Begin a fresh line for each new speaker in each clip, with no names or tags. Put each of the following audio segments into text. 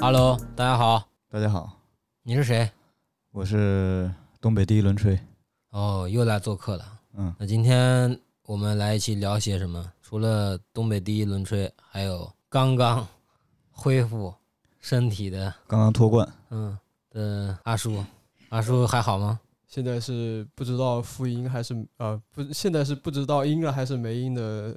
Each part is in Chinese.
Hello，大家好，
大家好，
你是谁？
我是东北第一轮吹。
哦，又来做客了。
嗯，
那今天我们来一起聊些什么？除了东北第一轮吹，还有刚刚恢复身体的，
刚刚脱冠，
嗯的阿叔，阿叔还好吗？
现在是不知道复音还是呃不，现在是不知道音了还是没音的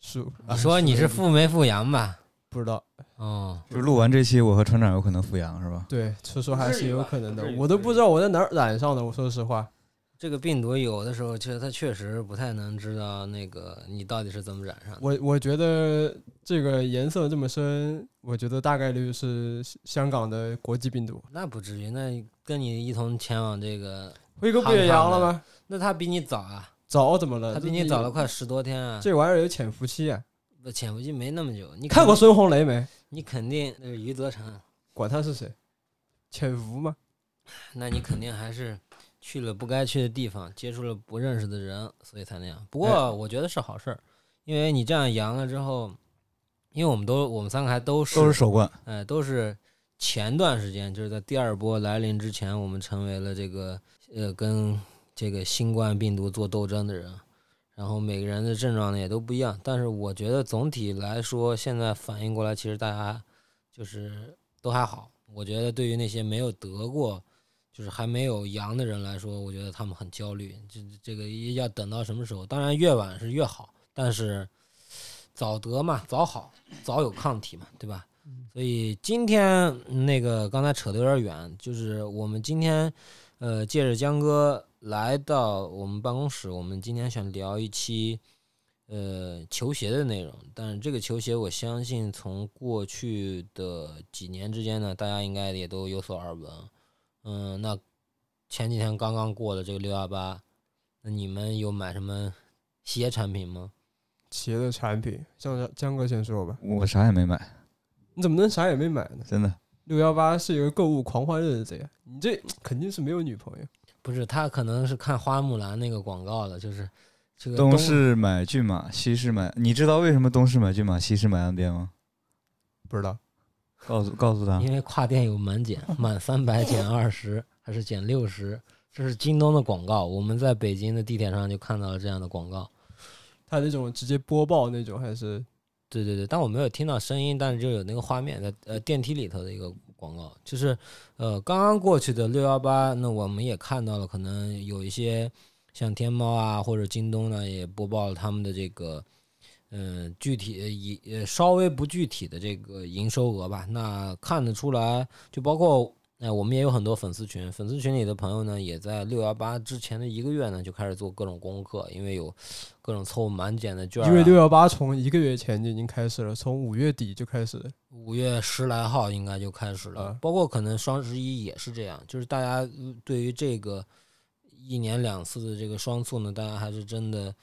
数。
你说你是
复
复没复阳吧？
不知道，
哦，
就录完这期，我和船长有可能复阳是吧？
对，所以说还是有可能的
不至于。吧
我都不知道我在哪儿染上的，我说实话。
这个病毒有的时候其实它确实不太能知道那个你到底是怎么染上的。
我我觉得这个颜色这么深，我觉得大概率是香港的国际病毒。
那不至于，那跟你一同前往这个，
辉哥不也阳了吗？
那他比你早啊，
早怎么了？
他比你早了快十多天啊。
这玩意儿有潜伏期啊！
不，潜伏期没那么久。你
你看
肯
过孙红雷没？
你肯定那是余则成，
管他是谁，潜伏吗？
那你肯定还是去了不该去的地方，接触了不认识的人，所以才那样。不
哎
过我觉得是好事儿，因为你这样阳了之后，因为我们都我们三个还都是
都是首冠，
哎都是前段时间，就是在第二波来临之前，我们成为了这个呃跟这个新冠病毒做斗争的人。然后每个人的症状呢也都不一样，但是我觉得总体来说，现在反应过来，其实大家就是都还好。我觉得对于那些没有得过，就是还没有阳的人来说，我觉得他们很焦虑。这这个要等到什么时候？当然越晚是越好，但是早得嘛，早好，早有抗体嘛，对吧？所以今天那个刚才扯得有点远，就是我们今天呃借着江哥来到我们办公室，我们今天想聊一期呃球鞋的内容，但是这个球鞋我相信从过去的几年之间呢，大家应该也都有所耳闻。嗯，那前几天刚刚过的这个六幺八，那你们有买什么鞋产品吗？
企业的产品，像江哥先说吧。
我啥也没买，
你怎么能啥也没买呢？
真的。
六幺八是一个购物狂欢日的，这样你这肯定是没有女朋友。
不是，他可能是看花木兰那个广告了，就是这个
东市买骏马，西市买，你知道为什么东市买骏马，西市买鞍鞯吗？
不知道，
告诉告诉他，
因为跨店有满减，满三百减二十，还是减六十？这是京东的广告，我们在北京的地铁上就看到了这样的广告。
他那种直接播报那种还是
对对对，但我没有听到声音，但是就有那个画面在呃电梯里头的一个广告，就是呃刚刚过去的六幺八，那我们也看到了，可能有一些像天猫啊或者京东呢也播报了他们的这个嗯、呃具体呃一呃稍微不具体的这个营收额吧，那看得出来，就包括。哎，我们也有很多粉丝群，粉丝群里的朋友呢，也在六幺八之前的一个月呢，就开始做各种功课，因为有各种凑满减的券、啊。
因为六幺八从一个月前就已经开始了，从五月底就开始了。
五月十来号应该就开始了
啊，
包括可能双十一也是这样，就是大家呃对于这个一年两次的这个双促呢，大家还是真的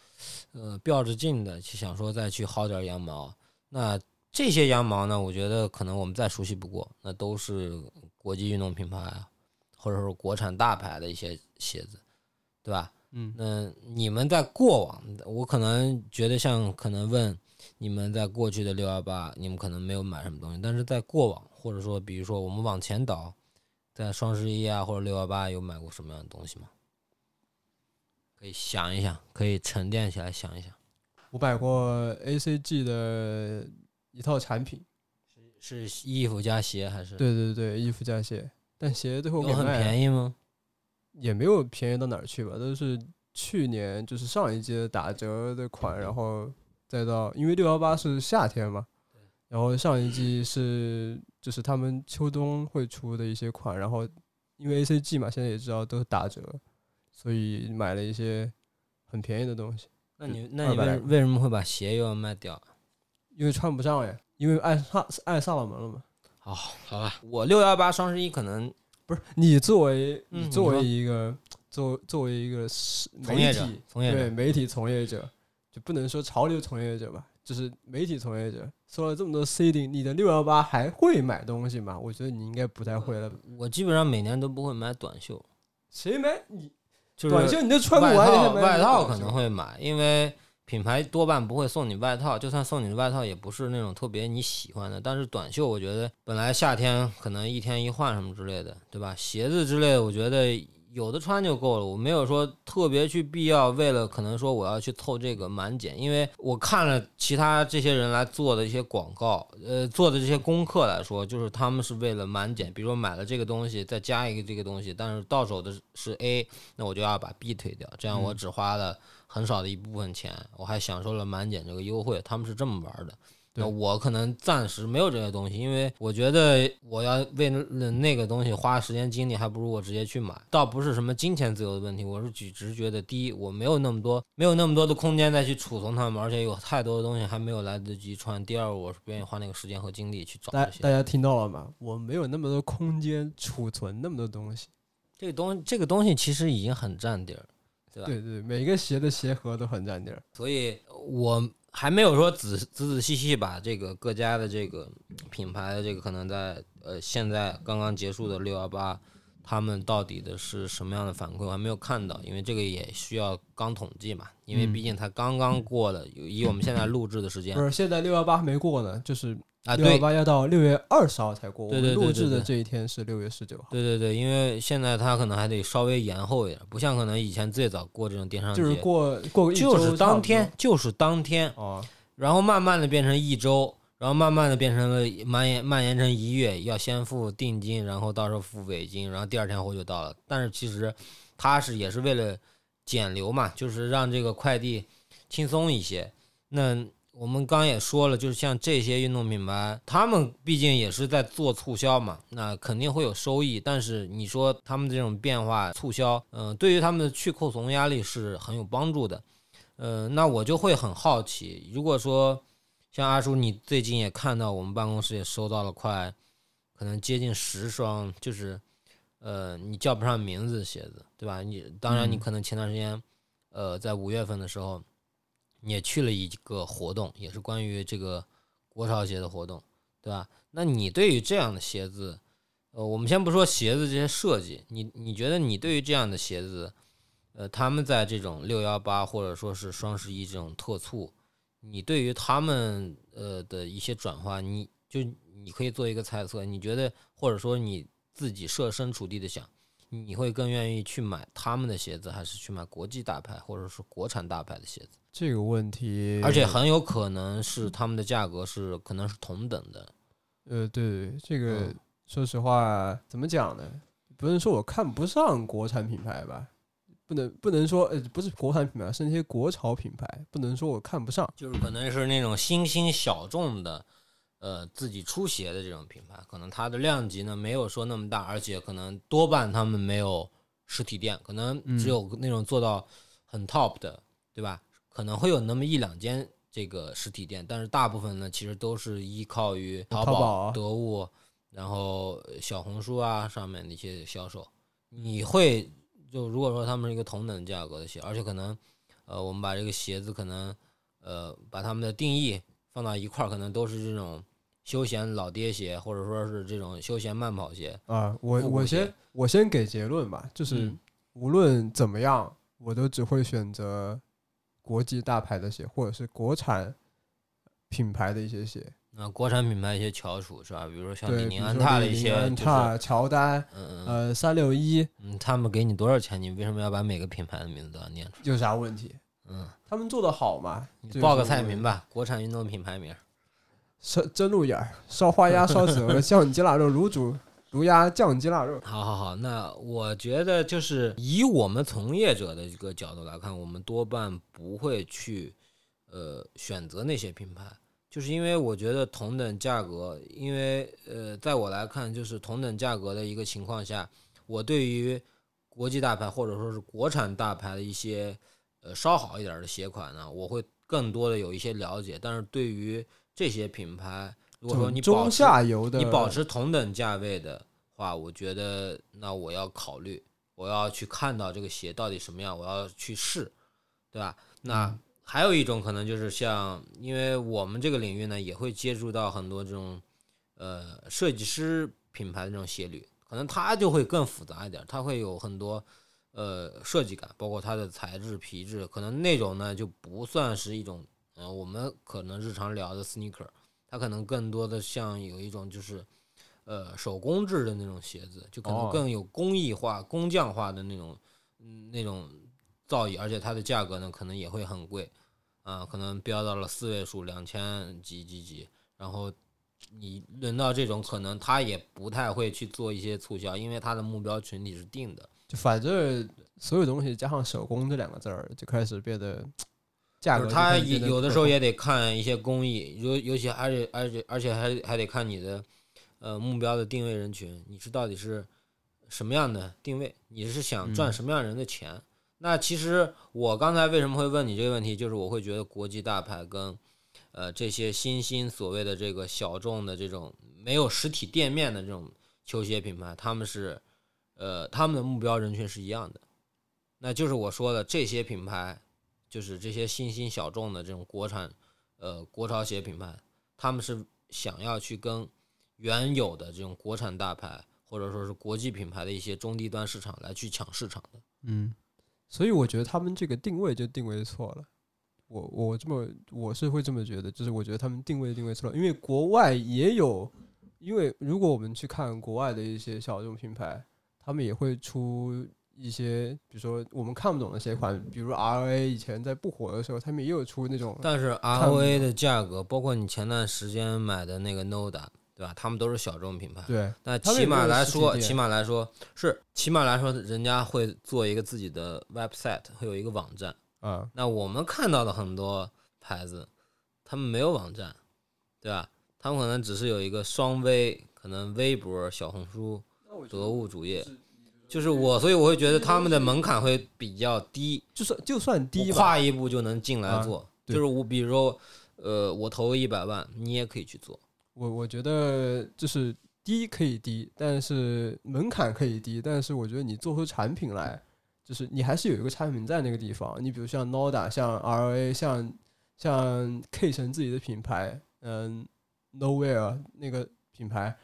呃吊着劲的去想说再去薅点羊毛。那这些羊毛呢，我觉得可能我们再熟悉不过，那都是国际运动品牌啊，或者说国产大牌的一些鞋子，对吧？
嗯，
那你们在过往，我可能觉得像可能问你们在过去的六幺八，你们可能没有买什么东西，但是在过往，或者说比如说我们往前倒，在双十一啊或者六幺八有买过什么样的东西吗？可以想一想，可以沉淀起来想一想，
我买过 ACG 的一套产品，
是衣服加鞋还是？，
对对对，衣服加鞋，但鞋最后给
有很
卖了
便宜吗？
也没有便宜到哪儿去吧，都是去年就是上一季的打折的款，然后再到因为六幺八是夏天嘛，然后上一季是就是他们秋冬会出的一些款，然后因为 ACG 嘛，现在也知道都是打折，所以买了一些很便宜的东西，
那你那你
200
为为什么会把鞋又要卖掉？啊
因为穿不上呀，因为爱上爱上了门了嘛。
哦，好吧，我六幺八、双十一可能
不是你作为
嗯
你作
你说
为一个作作为一个是
从业
媒
者
体
从业者
对媒体从业者，就不能说潮流从业者吧，就是媒体从业者。说了这么多 C D，你的六幺八还会买东西吗？我觉得你应该不太会了吧。
我基本上每年都不会买短袖，
谁买你
就是
短袖你都穿不
外
完，你
套
还买
外套
短
可
袖
能会买，因为品牌多半不会送你外套，就算送你的外套，也不是那种特别你喜欢的。但是短袖，我觉得本来夏天可能一天一换什么之类的，对吧？鞋子之类的，我觉得有的穿就够了，我没有说特别去必要为了可能说我要去凑这个满减，因为我看了其他这些人来做的一些广告，呃，做的这些功课来说，就是他们是为了满减，比如说买了这个东西，再加一个这个东西，但是到手的是 A，那我就要把 B 退掉，这样我只花了。很少的一部分钱，我还享受了满减这个优惠，他们是这么玩的。
对
那我可能暂时没有这些东西，因为我觉得我要为了那个东西花时间精力，还不如我直接去买。倒不是什么金钱自由的问题，我是举直觉得，第一，我没有那么多，没有那么多的空间再去储存它们，而且有太多的东西还没有来得及穿。第二，我是不愿意花那个时间和精力去找
大
这些。
大家听到了吗？我没有那么多空间储存那么多东西。
这个东这个东西其实已经很占地儿，对吧
对对，每个鞋的鞋盒都很占地儿。
所以我还没有说仔仔仔细细把这个各家的这个品牌的这个可能在呃现在刚刚结束的六幺八，他们到底的是什么样的反馈，我还没有看到，因为这个也需要刚统计嘛，因为
嗯
毕竟才刚刚过了，有以我们现在录制的时间
不是，现在六幺八还没过呢，就是
啊，
六幺
对
八要到六月二十号才过。
对对对
我们录制
对对
的
对
这一天是六月十九号，
对对对，因为现在他可能还得稍微延后一点，不像可能以前最早过这种电商节，
就是过过个一周
就是
差
当
不多
天，就是当天，
哦，
然后慢慢的变成一周，然后慢慢的变成了蔓延蔓延成一月，要先付定金，然后到时候付尾金，然后第二天货就到了。但是其实他是也是为了减流嘛，就是让这个快递轻松一些。那我们刚也说了，就是像这些运动品牌，他们毕竟也是在做促销嘛，那肯定会有收益。但是你说他们这种变化促销，嗯、对于他们的去库存压力是很有帮助的。呃，那我就会很好奇，如果说像阿叔，你最近也看到我们办公室也收到了快，可能接近十双，就是呃，你叫不上名字的鞋子，对吧？你当然，你
嗯
可能前段时间，呃，在五月份的时候，你也去了一个活动，也是关于这个国潮鞋的活动，对吧？那你对于这样的鞋子，呃，我们先不说鞋子这些设计，你你觉得你对于这样的鞋子，呃，他们在这种六幺八或者说是双十一这种特促，你对于他们呃的一些转化，你就你可以做一个猜测，你觉得或者说你自己设身处地的想，你会更愿意去买他们的鞋子，还是去买国际大牌或者是国产大牌的鞋子？
这个问题，
而且很有可能是他们的价格是可能是同等的，
呃，对这个，
嗯
说实话，怎么讲呢？不能说我看不上国产品牌吧，不能不能说呃，不是国产品牌，是那些国潮品牌，不能说我看不上。
就是可能是那种新兴小众的，呃，自己出鞋的这种品牌，可能它的量级呢没有说那么大，而且可能多半他们没有实体店，可能
嗯
只有那种做到很 top 的，对吧？可能会有那么一两间这个实体店，但是大部分呢其实都是依靠于淘
淘
宝、
宝啊
得物，然后呃小红书啊上面的一些销售。你会就如果说他们是一个同等价格的鞋，而且可能呃我们把这个鞋子可能呃把他们的定义放到一块儿，可能都是这种休闲老爹鞋，或者说是这种休闲慢跑鞋。
啊，我
复古
我
鞋
先我先给结论吧，就是
嗯
无论怎么样，我都只会选择国际大牌的鞋，或者是国产品牌的一些鞋，
那、国产品牌一些翘楚是吧？比如说像李
对，比
宁、
如
安
说
踏的
李
一
宁
些，
安
就是
踏、乔丹，
嗯嗯
呃，三六一
嗯，他们给你多少钱，你为什么要把每个品牌的名字都要念出来？
有啥问题？
嗯，
他们做的好嘛？
你报个菜名，吧，国产运动品牌名。
烧蒸鹿眼儿、烧花鸭、烧 子鹅、酱鸡腊肉、卤煮、卤鸭、酱鸡腊肉。
好好好，那我觉得就是以我们从业者的一个角度来看，我们多半不会去呃选择那些品牌，就是因为我觉得同等价格，因为呃，在我来看，就是同等价格的一个情况下，我对于国际大牌或者说是国产大牌的一些呃稍好一点的鞋款呢，我会更多的有一些了解，但是对于这些品牌，如果说你保
中
持
下游的，
你保持同等价位的话，我觉得那我要考虑，我要去看到这个鞋到底什么样，我要去试，对吧？那还有一种可能就是像，因为我们这个领域呢，也会接触到很多这种呃设计师品牌的这种鞋履，可能它就会更复杂一点，它会有很多呃设计感，包括它的材质、皮质，可能那种呢就不算是一种，呃，我们可能日常聊的 sneaker，它可能更多的像有一种就是，呃，手工制的那种鞋子，就可能
哦
更有工艺化、工匠化的那种，嗯，那种造诣，而且它的价格呢可能也会很贵，啊、可能飙到了四位数，两千几几几，然后你轮到这种，可能他也不太会去做一些促销，因为他的目标群体是定的。
就反正所有东西加上手工这两个字儿，就开始变得价
就
格
是
就
他
开始
也
变得
有的
可
时候
控
也得看一些工艺，尤尤其而且而且而且还还得看你的呃目标的定位人群，你是到底是什么样的定位，你是想赚
嗯
什么样人的钱？那其实我刚才为什么会问你这个问题，就是我会觉得国际大牌跟呃这些新兴所谓的这个小众的这种没有实体店面的这种球鞋品牌，他们是呃他们的目标人群是一样的，那就是我说的这些品牌，就是这些新兴小众的这种国产呃国潮鞋品牌，他们是想要去跟原有的这种国产大牌或者说是国际品牌的一些中低端市场来去抢市场的。
嗯，所以我觉得他们这个定位就定位错了。我我这么我是会这么觉得，就是我觉得他们定位定位错了，因为国外也有，因为如果我们去看国外的一些小众品牌，他们也会出一些，比如说我们看不懂的鞋款，比如 R A 以前在不火的时候，他们也有出那种，
但是
不
R O
懂
A 的价格，包括你前段时间买的那个 Noda，对吧？他们都是小众品牌。
对
那
他们
起
也没
码
有
来
实体
说，
店
起码来说是起码来说，人家会做一个自己的 website，会有一个网站。
啊，
那我们看到的很多牌子，他们没有网站，对吧？他们可能只是有一个双微，可能微博、小红书、得物主页，就是我，所以我会觉得他们的门槛会比较低，
就算就算低
我
吧，
跨一步就能进来
啊
做。就
对
是我，比如说，呃，我投一百万，你也可以去做。
我我觉得就是低可以低，但是门槛可以低，但是我觉得你做出产品来，就是你还是有一个产品在那个地方。你比如像 Noda、像 RA、像像 K 神自己的品牌，嗯，Nowhere 那个品牌，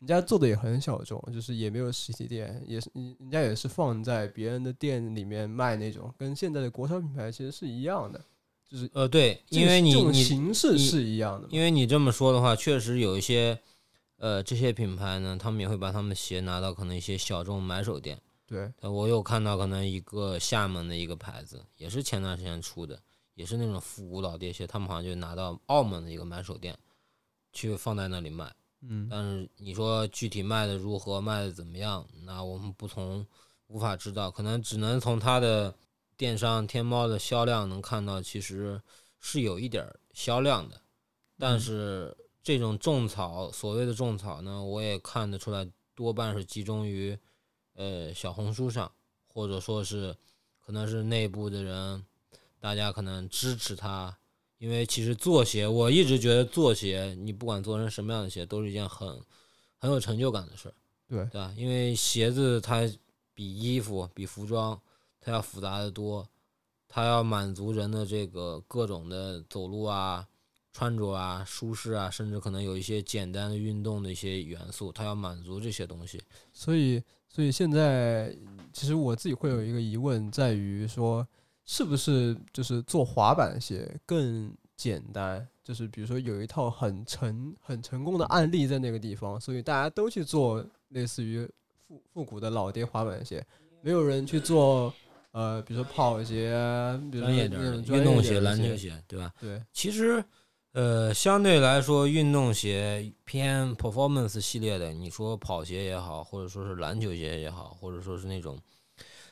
人家做的也很小众，就是也没有实体店，也是嗯人人家也是放在别人的店里面卖那种，跟现在的国潮品牌其实是一样的，就是
呃，对，因为
这
你
种
你
形式
你
是一样的嘛。
因为你这么说的话，确实有一些，呃，这些品牌呢，他们也会把他们的鞋拿到可能一些小众买手店。
对，
呃我有看到可能一个厦门的一个牌子，也是前段时间出的，也是那种复古老爹鞋，他们好像就拿到澳门的一个买手店去放在那里卖。
嗯
但是你说具体卖的如何，卖的怎么样，那我们不从无法知道，可能只能从它的电商天猫的销量能看到，其实是有一点儿销量的。但
嗯
是这种种草，所谓的种草呢，我也看得出来，多半是集中于呃小红书上，或者说是可能是内部的人，大家可能支持他，因为其实做鞋，我一直觉得做鞋，你不管做成什么样的鞋，都是一件很很有成就感的事儿，
对。
对吧？因为鞋子它比衣服、比服装，它要复杂的多，它要满足人的这个各种的走路啊、穿着啊、舒适啊，甚至可能有一些简单的运动的一些元素，它要满足这些东西。
所以，所以现在其实我自己会有一个疑问，在于说，是不是就是做滑板鞋更简单？就是比如说有一套很成很成功的案例在那个地方，所以大家都去做类似于复复古的老爹滑板鞋，没有人去做呃，比如说跑鞋啊，比如说
专业点
那
儿的
种专
运
业
动
点
鞋、
儿的
篮球，鞋，对吧？
对，
其实，呃，相对来说，运动鞋偏 performance 系列的，你说跑鞋也好，或者说是篮球鞋也好，或者说是那种，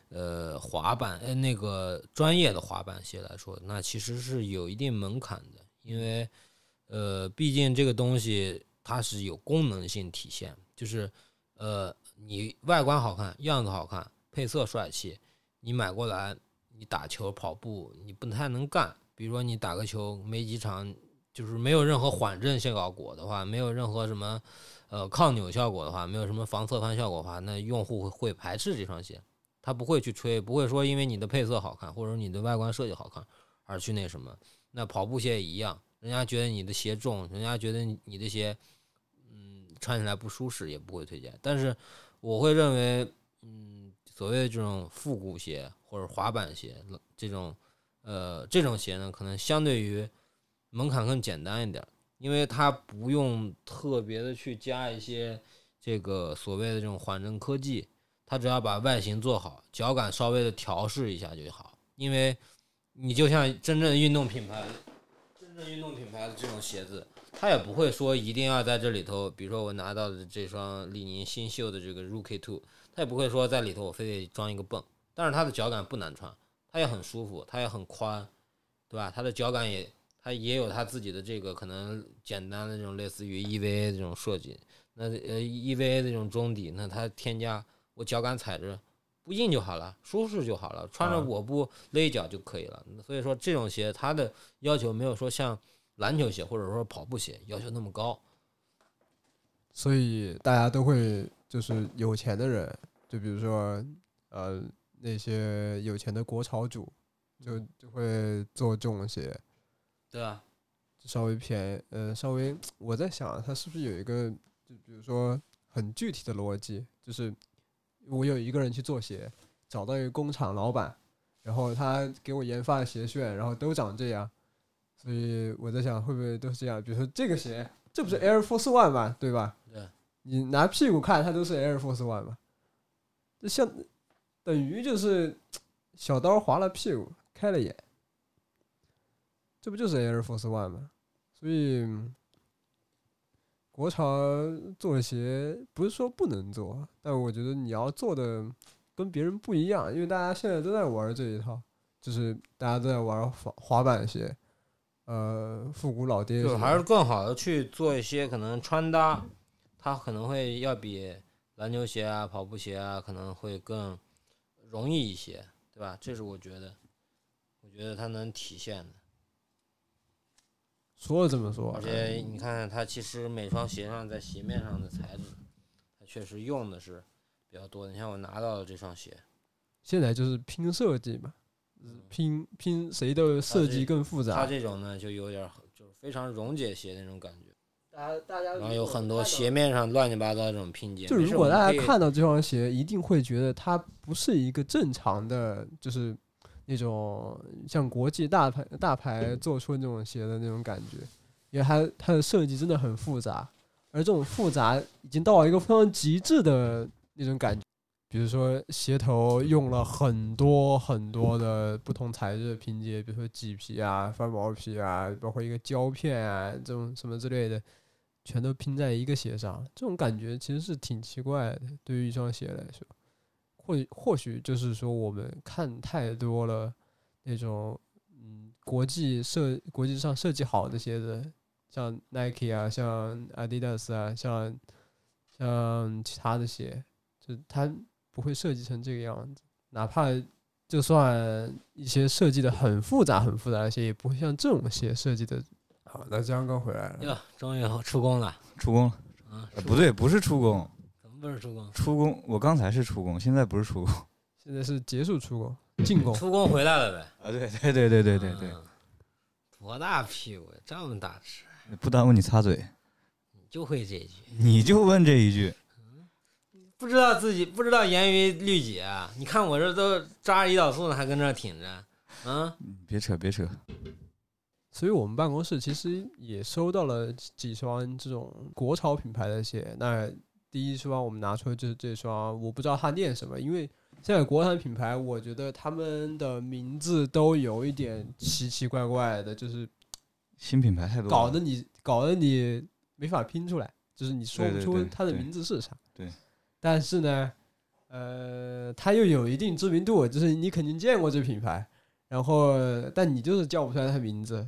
呃，滑板，呃，那个专业的滑板鞋来说，那其实是有一定门槛的，因为，呃，毕竟这个东西它是有功能性体现，就是，呃，你外观好看，样子好看，配色帅气，你买过来，你打球、跑步，你不太能干。比如说你打个球没几场，就是没有任何缓震效果的话，没有任何什么呃抗扭效果的话，没有什么防侧翻效果的话，那用户会会排斥这双鞋，他不会去吹，不会说因为你的配色好看或者你的外观设计好看而去那什么。那跑步鞋也一样，人家觉得你的鞋重，人家觉得你你的鞋嗯穿起来不舒适，也不会推荐。但是我会认为，嗯，所谓这种复古鞋或者滑板鞋这种，呃，这种鞋呢，可能相对于门槛更简单一点儿，因为它不用特别的去加一些这个所谓的这种缓震科技，它只要把外形做好，脚感稍微的调试一下就好。因为你就像真正运动品牌，真正运动品牌的这种鞋子，它也不会说一定要在这里头，比如说我拿到的这双李宁新秀的这个 Rookie Two，它也不会说在里头我非得装一个泵，但是它的脚感不难穿，它也很舒服，它也很宽，对吧？它的脚感也，它也有它自己的这个可能简单的这种类似于 EVA 这种设计，那呃 EVA 这种中底，那它添加我脚感踩着不硬就好了，舒适就好了，穿着
啊
我不勒脚就可以了。所以说这种鞋它的要求没有说像篮球鞋或者说跑步鞋要求那么高，
所以大家都会就是有钱的人，就比如说呃那些有钱的国潮主，就就会做这种鞋，
对啊，
稍微便宜，呃，稍微我在想，啊它是不是有一个，就比如说很具体的逻辑，就是我有一个人去做鞋，找到一个工厂老板，然后他给我研发的鞋楦，然后都长这样，所以我在想会不会都是这样？比如说这个鞋，这不是 Air Force One 嘛，对吧？
对，
你拿屁股看，它都是 Air Force One 嘛，这像等于就是小刀划了屁股，开了眼，这不就是 Air Force One 吗？所以嗯国潮做鞋不是说不能做，但我觉得你要做的跟别人不一样，因为大家现在都在玩这一套，就是大家都在玩滑滑板鞋，呃，复古老爹
就
鞋
还是更好的去做一些可能穿搭，它可能会要比篮球鞋啊、跑步鞋啊可能会更容易一些，对吧？这是我觉得，我觉得它能体现的。
说了这么说，
而且你看，它其实每双鞋上在鞋面上的材质，它确实用的是比较多的。你像我拿到的这双鞋，
现在就是拼设计嘛，就是拼拼谁的设计更复
它
杂，
这种嗯呢就有点儿就是非常溶解鞋那种感觉，
大家大家
然后有很多鞋面上乱七八糟这种拼接。
就
没
如
事
果
我们
大
可
家
以
看到这双鞋，一定会觉得它不是一个正常的，就是那种像国际大牌大牌做出那种鞋的那种感觉，因为它它的设计真的很复杂，而这种复杂已经到了一个非常极致的那种感觉。比如说鞋头用了很多很多的不同材质的拼接，比如说麂皮啊、翻毛皮啊，包括一个胶片啊这种什么之类的，全都拼在一个鞋上，这种感觉其实是挺奇怪的。对于一双鞋来说，或或许就是说我们看太多了那种嗯国际设国际上设计好的鞋子，像 Nike 啊，像 Adidas 啊，像像其他的鞋，就它不会设计成这个样子。哪怕就算一些设计的很复杂很复杂的鞋，也不会像这种鞋设计的。好，那江哥回来了。
哟，终于出工了，
出工了，
啊，
呃
出
不对，不是出工，
怎么不是出工？
出工，我刚才是出工，现在不是出工。
现在是结束出攻，进攻。
出工回来了呗？
啊，对对对对对对对，
嗯多大屁股呀，这么大只，
不耽误你擦嘴，
你就会这句，
你就问这一句，
不知道自己不知道严于律己啊！你看我这都扎胰岛素呢，还跟这儿挺着，啊，
别扯别扯，
所以我们办公室其实也收到了几双这种国潮品牌的鞋。那第一双我们拿出的就是这双，我不知道它念什么，因为现在国产品牌，我觉得他们的名字都有一点奇奇怪怪的，就是
新品牌太多了，
搞得你搞得你没法拼出来，就是你说不
对对
出
对
它的
对
名字是啥。
对
但是呢，呃，它又有一定知名度，就是你肯定见过这品牌，然后但你就是叫不出来它名字。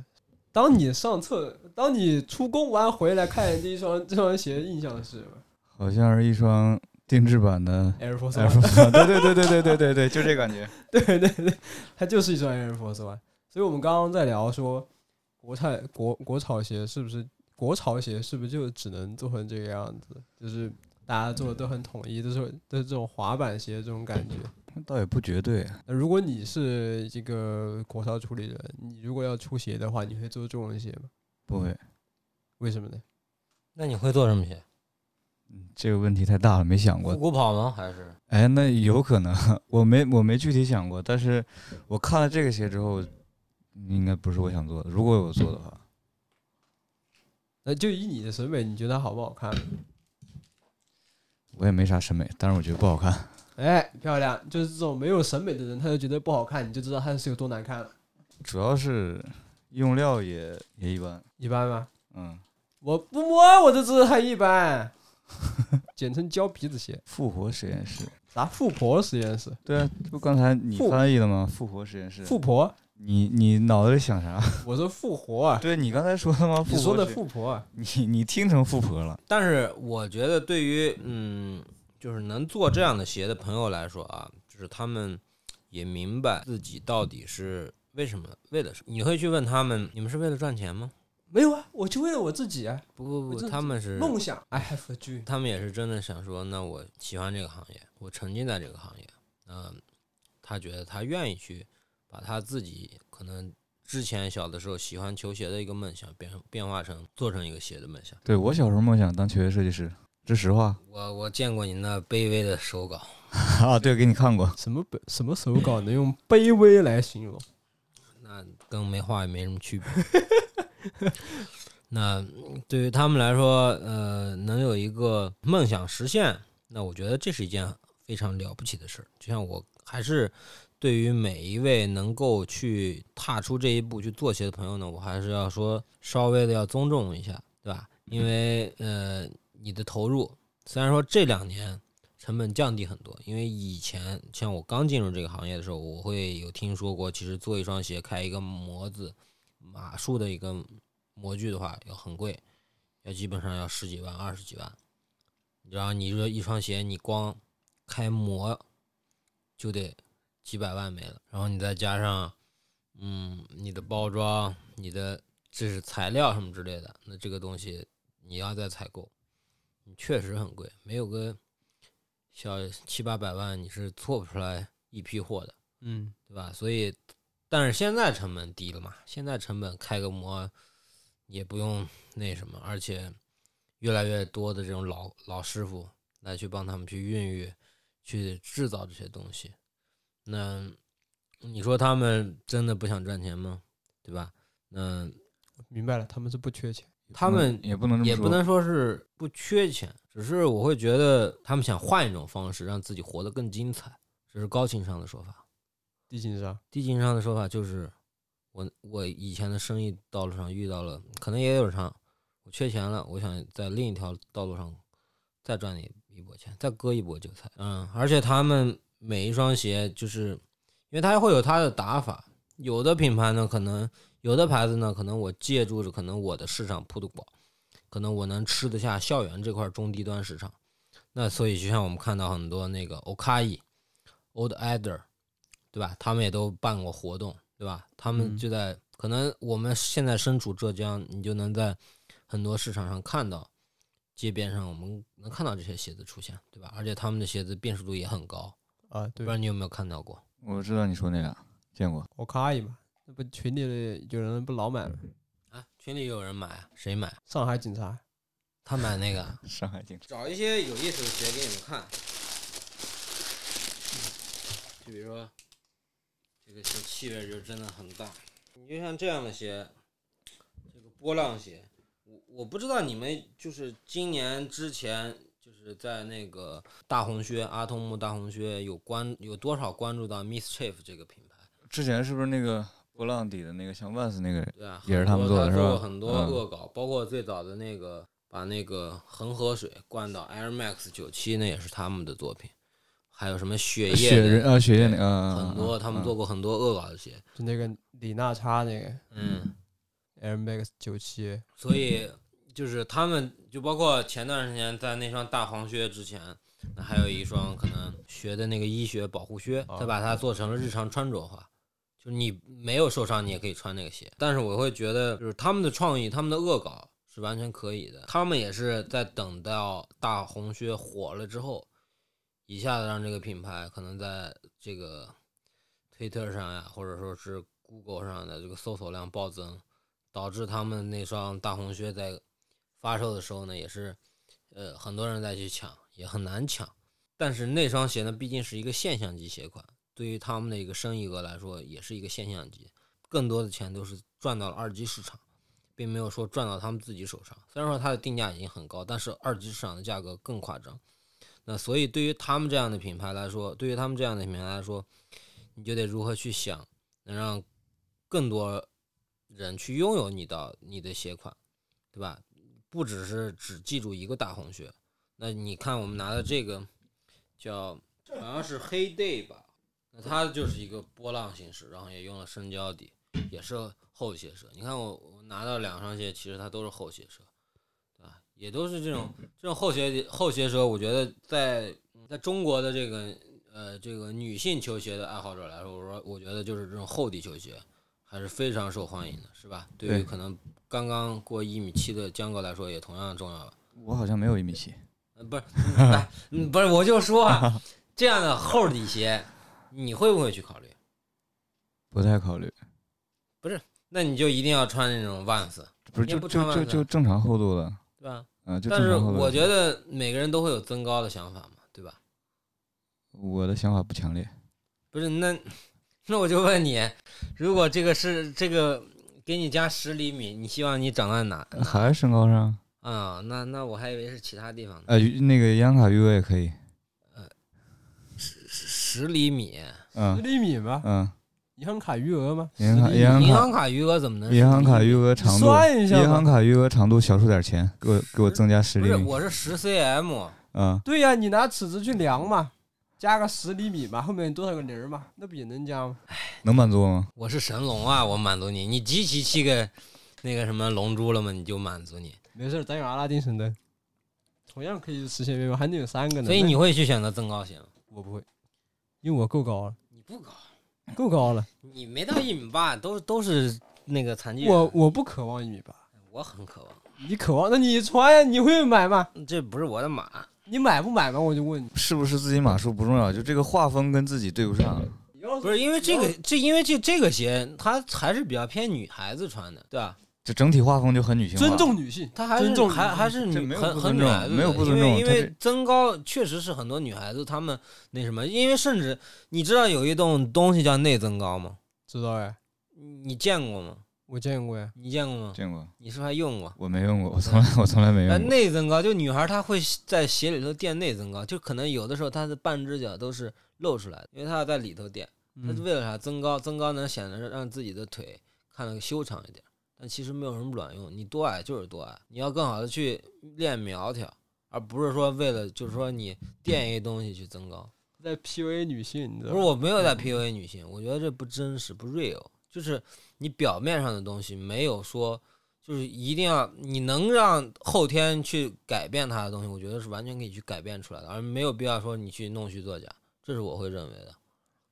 当你上厕，当你出工完回来看第一双这双鞋，印象是什么
好像是一双定制版的
Air Force
Air
One，
Force One，对对 对对对对对对，就这感觉。
对对对，它就是一双 Air Force One。所以我们刚刚在聊说，国泰国国潮鞋是不是国潮鞋是不是就只能做成这个样子？就是大家做的都很统一，都是都是这种滑板鞋这种感觉。
倒也不绝对，
那如果你是一个国潮处理人，你如果要出鞋的话，你会做这种鞋吗？
不会，
为什么呢？
那你会做什么鞋？
嗯这个问题太大了，没想
复
嗯
过。
古跑吗？还是
哎，那有可能， 我没我没具体想过，但是我看了这个鞋之后，应该不是我想做的。如果我做的话，
那就以你的审美，你觉得它好不好看？
我也没啥审美，但是我觉得不好看。
哎，漂亮！就是这种没有审美的人，他就觉得不好看，你就知道它是有多难看了。
主要是用料也也一般，
一般吧，
嗯，
我不摸我就知道它一般。 简称胶皮子鞋，
复活实验室。
啥富婆实验室？
对啊，这不刚才你
复
翻译的吗？复活实验室。
富婆，
你你脑子里想啥？
我说复活啊，
对你刚才说的吗？
你说的
复
富婆啊，
活实，你你听成富婆了。
但是我觉得，对于嗯，就是能做这样的鞋的朋友来说啊，就是他们也明白自己到底是为什么为了什么。你会去问他们，你们是为了赚钱吗？
没有啊，我就为了我自己啊，
不不
我
不，
这
他们是
梦想，I have a dream。
他们也是真的想说，那我喜欢这个行业，我沉浸在这个行业，嗯，他觉得他愿意去把他自己可能之前小的时候喜欢球鞋的一个梦想变变化成做成一个鞋的梦想。
对我小时候梦想当球鞋设计师，这实话
我我见过您那卑微的手稿，
啊。对，给你看过。
什么本什么手稿能用卑微来形容？
那跟没画也没什么区别。那对于他们来说，呃，能有一个梦想实现，那我觉得这是一件非常了不起的事儿。就像我还是对于每一位能够去踏出这一步去做鞋的朋友呢，我还是要说稍微的要尊重一下，对吧？因为呃，你的投入虽然说这两年成本降低很多，因为以前像我刚进入这个行业的时候，我会有听说过，其实做一双鞋开一个模子码数的一个模具的话，要很贵，要基本上要十几万、二十几万。然后你说一双鞋，你光开模就得几百万没了，然后你再加上，嗯，你的包装、你的这是材料什么之类的，那这个东西你要再采购，你确实很贵，没有个小七八百万你是做不出来一批货的，
嗯，
对吧？所以，但是现在成本低了嘛，现在成本开个模也不用那什么，而且越来越多的这种老老师傅来去帮他们去孕育、去制造这些东西。那你说他们真的不想赚钱吗？对吧？那
明白了，他们是不缺钱。
他们
嗯也不能这么
也
说
不能说是不缺钱，只是我会觉得他们想换一种方式让自己活得更精彩，这是高情商的说法。
低情商，
低情商的说法就是，我我以前的生意道路上遇到了，可能也有上，我缺钱了，我想在另一条道路上再赚一一波钱，再割一波韭菜。嗯，而且他们每一双鞋，就是因为它会有它的打法，有的品牌呢，可能有的牌子呢，可能我借助着可能我的市场铺的广，可能我能吃得下校园这块中低端市场。那所以就像我们看到很多那个 Okai、Old Eder，对吧？他们也都办过活动，对吧？他们
嗯
就在、可能我们现在身处浙江，你就能在很多市场上看到街边上我们能看到这些鞋子出现，对吧？而且他们的鞋子辨识度也很高，
啊，
不知
对
道你有没有看到过？
我知道你说那俩见过，
我可以嘛？那不群里的有人不老买吗？
啊，群里有人买啊，谁买？
上海警察，
他买那个，啊
上海警 察。
找一些有意思的鞋给你们看，就比如说这个鞋气味就真的很大，你就像这样的鞋，这个波浪鞋，我我不知道你们就是今年之前就是在那个大红靴阿童木大红靴有关有多少关注到 Miss Chief 这个品牌？
之前是不是那个波浪底的那个像万斯那个人？
对啊，
也是
很
他们
多
做
他
的是
做
吧
过很多
嗯
恶搞，包括最早的那个把那个恒河水灌到 Air Max 九七，那也是他们的作品。还有什么血液
雪人
的
啊，雪夜那
对
个啊，啊
很多他们做。过很多恶搞的鞋，
就那个李娜叉那个
嗯，
Air Max 九七，
所以就是他们就包括前段时间在那双大黄靴之前，那还有一双可能学的那个医学保护靴，
啊
再把它做成了日常穿着化，就是你没有受伤你也可以穿那个鞋。但是我会觉得，就是他们的创意，他们的恶搞是完全可以的。他们也是在等到大红靴火了之后，一下子让这个品牌可能在这个推特上呀，或者说是 Google 上的这个搜索量暴增，导致他们那双大红靴在发售的时候呢，也是呃，很多人再去抢也很难抢。但是那双鞋呢，毕竟是一个现象级鞋款，对于他们的一个生意额来说，也是一个现象级。更多的钱都是赚到了二级市场，并没有说赚到他们自己手上。虽然说它的定价已经很高，但是二级市场的价格更夸张。那所以对于他们这样的品牌来说，对于他们这样的品牌来说，你就得如何去想，能让更多人去拥有你的你的鞋款，对吧？不只是只记住一个大红靴。那你看我们拿的这个叫好像是黑 day 吧，那它就是一个波浪形式，然后也用了深胶底，也是后鞋舌。你看我我拿到两双鞋，其实它都是后鞋舌，对吧？也都是这种这种后鞋后鞋舌，我觉得在在中国的这个呃这个女性球鞋的爱好者来说，我说我觉得就是这种厚底球鞋还是非常受欢迎的，是吧？对于
对
可能刚刚过一米七的江哥来说，也同样重要吧。
我好像没有一米七，
呃 不是，来，嗯不是，我就说啊，这样的厚底鞋，你会不会去考虑？
不太考虑，
那你就一定要穿那种 Vans，
不是
也
就
不
就
穿袜
就
子
就正常厚度了，
对吧？
啊，就
但
正
是
常厚度。
我觉得每个人都会有增高的想法嘛，对吧？
我的想法不强烈，
不是，那那我就问你，如果这个是这个给你加十厘米，你希望你长在哪？
还是身高上，
啊、那那我还以为是其他地方呢。
呃，那个央卡预约也可以，
十十厘米，
十
嗯
厘米吗？
嗯，
银行卡余额吗？
银行
十厘米
银
银
行
行卡余额怎么能
卡
是
银行卡
厘米
余额长度，
算一下吧
银行卡余额长度小数点前，给我给我增加十
不
厘
是，
米，
我是十 cm，
嗯，
对呀、你拿尺子去量嘛，加个十厘米嘛，后面多少个零儿嘛，那不也能加吗？
能满足我吗？
我是神龙啊，我满足你。你集齐七个那个什么龙珠了吗？你就满足你。
没事儿，咱有阿拉丁神灯，同样可以实现愿望，还能有三个呢。
所以你会去选择增高型？
我不会，因为我够高了，
你不高，
够高了，
你没到一米八，都都是那个残疾人。
我我不渴望一米八，
我很渴望，
你渴望，那你穿呀，你会买吗？
这不是我的马。
你买不买吗？我就问你，
是不是自己码数不重要，就这个画风跟自己对不上。
你要
不是因为这个，这因为这这个鞋它还是比较偏女孩子穿的，对吧？
就整体画风就很女性化。
尊重女性，
它还
尊
是
重
还还是
这
女
没有
很
不
很
尊
女
重
孩子的，
没有不尊
因为
重
因
它
为
这
增高确实是很多女孩子她们那什么，因为甚至你知道有一种东西叫内增高吗？
知道哎，
你见过吗？
我见过呀，
你见过吗？
见过，
你是不是还用过？
我没用过，我从来我从来没
呃，
用过。
内增高就女孩她会在鞋里头垫内增高，就可能有的时候她的半只脚都是露出来的，因为她要在里头垫。她是
嗯
为了啥？增高，增高能显得让自己的腿看着修长一点，但其实没有什么卵用。你多矮就是多矮，你要更好的去练苗条，而不是说为了就是说你垫一个东西去增高。
在 PUA 女性，你
不
知道
是，
吗？
我没有在 PUA 女性，我觉得这不真实，不 real。就是你表面上的东西没有说，就是一定要你能让后天去改变它的东西，我觉得是完全可以去改变出来的，而没有必要说你去弄虚作假，这是我会认为的。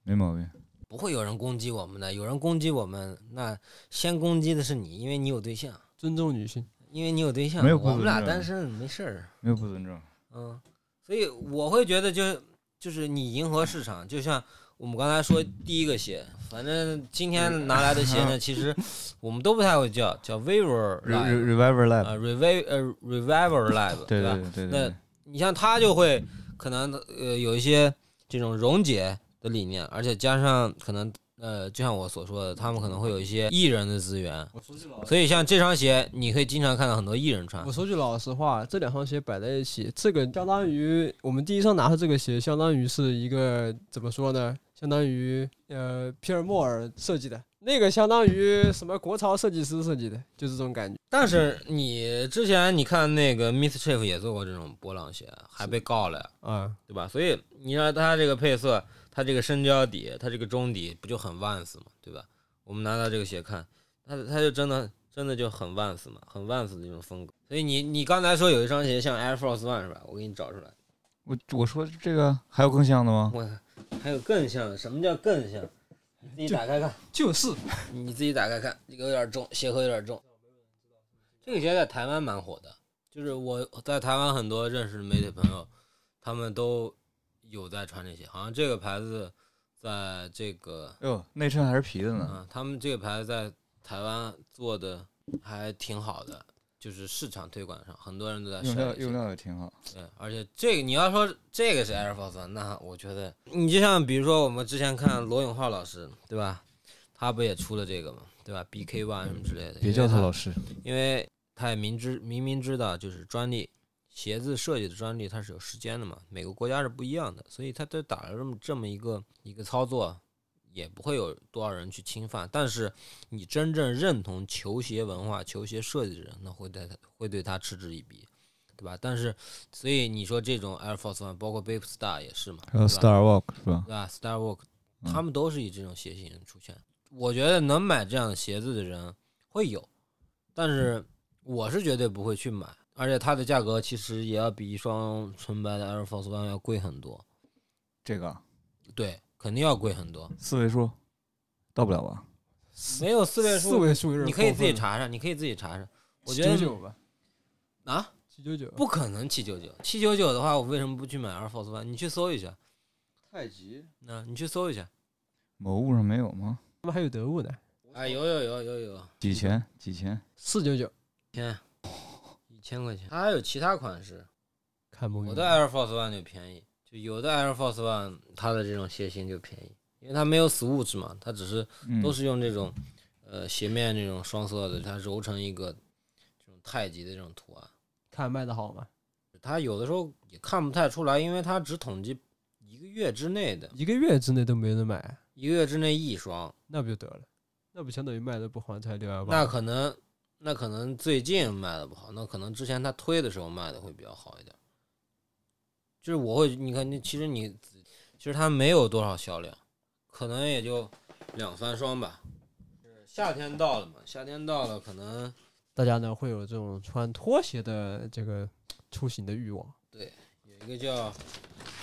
没毛病，
不会有人攻击我们的，有人攻击我们，那先攻击的是你，因为你有对象，
尊重女性，
因为你有对象，
没有不
我们俩
尊重
单身没事儿。
没有不尊重。
嗯，所以我会觉得就是就是你迎合市场，就像我们刚才说第一个鞋，反正今
嗯
天拿来的鞋 呢，其实我们都不太会叫，叫 Viver
Re
Lab
Re- Reviver Lab，
啊，Revive 呃 Reviver Lab，
对
呃吧？
对对
那
对
你像它就会可能呃有一些这种溶解的理念，而且加上可能呃，就像我所说的，他们可能会有一些艺人的资源，
我说句老
所以像这双鞋，你会经常看到很多艺人穿
我。说句老实话，这两双鞋摆在一起，这个相当于我们第一双拿的这个鞋，相当于是一个怎么说呢？相当于呃皮尔莫尔设计的那个，相当于什么国潮设计师设计的，就是这种感觉。
但是你之前你看那个 Miss Chief 也做过这种波浪鞋，还被告了呀，
啊、
对吧？所以你让它这个配色，它这个深胶底，它这个中底，不就很 Vans 嘛，对吧？我们拿到这个鞋看，它它就真的真的就很 Vans 嘛，很 Vans 的一种风格。所以你你刚才说有一双鞋像 Air Force One 是吧？我给你找出来，
我我说这个还有更像的吗？
我还有更像的，什么叫更像？你自己打开看。
就是
你自己打开看，这个有点重，鞋盒有点重。这个鞋在台湾蛮火的，就是我在台湾很多认识的媒体朋友，他们都有在穿这鞋。好像这个牌子在这个，
哎呦，内衬还是皮的
嗯、
呢。
他们这个牌子在台湾做的还挺好的，就是市场推广上，很多人都在
用
晒
料
这些
用料也挺好。
对，而且这个你要说这个是 Air Force，One，那我觉得你就像比如说我们之前看罗永浩老师，对吧？他不也出了这个嘛，对吧？BK One 什么之类的，
别叫他
他
老师，
因为他也明知明明知道，就是专利鞋子设计的专利它是有时间的嘛，每个国家是不一样的，所以他都打了这么这么一个一个操作，也不会有多少人去侵犯。但是你真正认同球鞋文化、球鞋设计的人，那会对他会对他嗤之以鼻，对吧？但是所以你说这种 Air Force One，包括 Bape Star 也是嘛，
还有
对吧
呃 Star Walk 是吧
对？吧？Star 啊 Walk，
嗯
他们都是以这种鞋型出现。我觉得能买这样的鞋子的人会有，但是我是绝对不会去买，而且它的价格其实也要比一双纯白的 Air Force One 要贵很多，
这个
对，肯定要贵很多，
四位数到不了吧？
没有四位
四
数，
位数有点
你可以
过
自己
分了，
查查，你可以自己查查。我觉得
九九吧，
啊，
七九九，
不可能七九九，七九九的话，我为什么不去买 Air Force One？你去搜一下，
太极
那、你去搜一下，
某物上没有吗？
他们还有得物呢，
哎，有有有有有，
几钱？几钱？
四九九，
天，一千块钱，它还有其他款式。
看不
我的 Air Force One 就便宜，就有的 Air Force One 它的这种鞋型就便宜，因为它没有 swoosh 嘛，它只是
嗯，
都是用这种呃鞋面这种双色的，它揉成一个这种太极的这种图案。
看卖的好嘛，
它有的时候也看不太出来，因为它只统计一个月之内的，
一个月之内都没人买，
一个月之内一双，
那不就得了？那不相当于卖的不还才六幺八？
那可能那可能最近卖的不好，那可能之前它推的时候卖的会比较好一点。就是我会，你看，你其实你其实它没有多少销量，可能也就两三双吧。就是夏天到了嘛，夏天到了，可能
大家呢会有这种穿拖鞋的这个出行的欲望。
有一个叫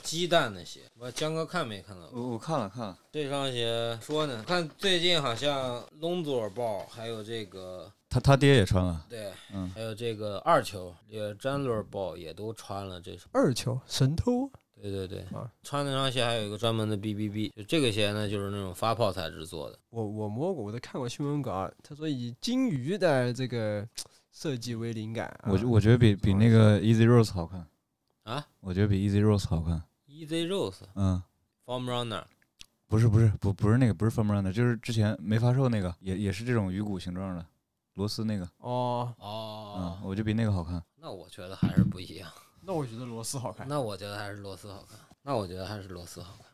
鸡蛋的鞋，我江哥看没看到过？
我我看了看了，
这双鞋说呢，看最近好像隆佐尔豹，还有这个
他他爹也穿了，
对，
嗯
还有这个二球，也詹伦豹也都穿了这双。
二球神偷，
对对对
啊，
穿那双鞋还有一个专门的 BBB，就这个鞋呢，就是那种发泡材质做的。
我我摸过，我都看过新闻稿，啊他说以金鱼的这个设计为灵感、啊。
我觉我觉得比比那个 Easy Rose 好看
啊，
我觉得比 Easy Rose 好看，
Easy E Rose
嗯。
Form Runner，
不是不是不不是那个不是 Firm Run 的，就是之前没发售那个，也也是这种鱼骨形状的螺丝那个，
哦，
哦
嗯，，我就比那个好看。
那我觉得还是不一样。
那我觉得螺丝好看。
那我觉得还是罗斯好看。那我觉得还是罗斯好看。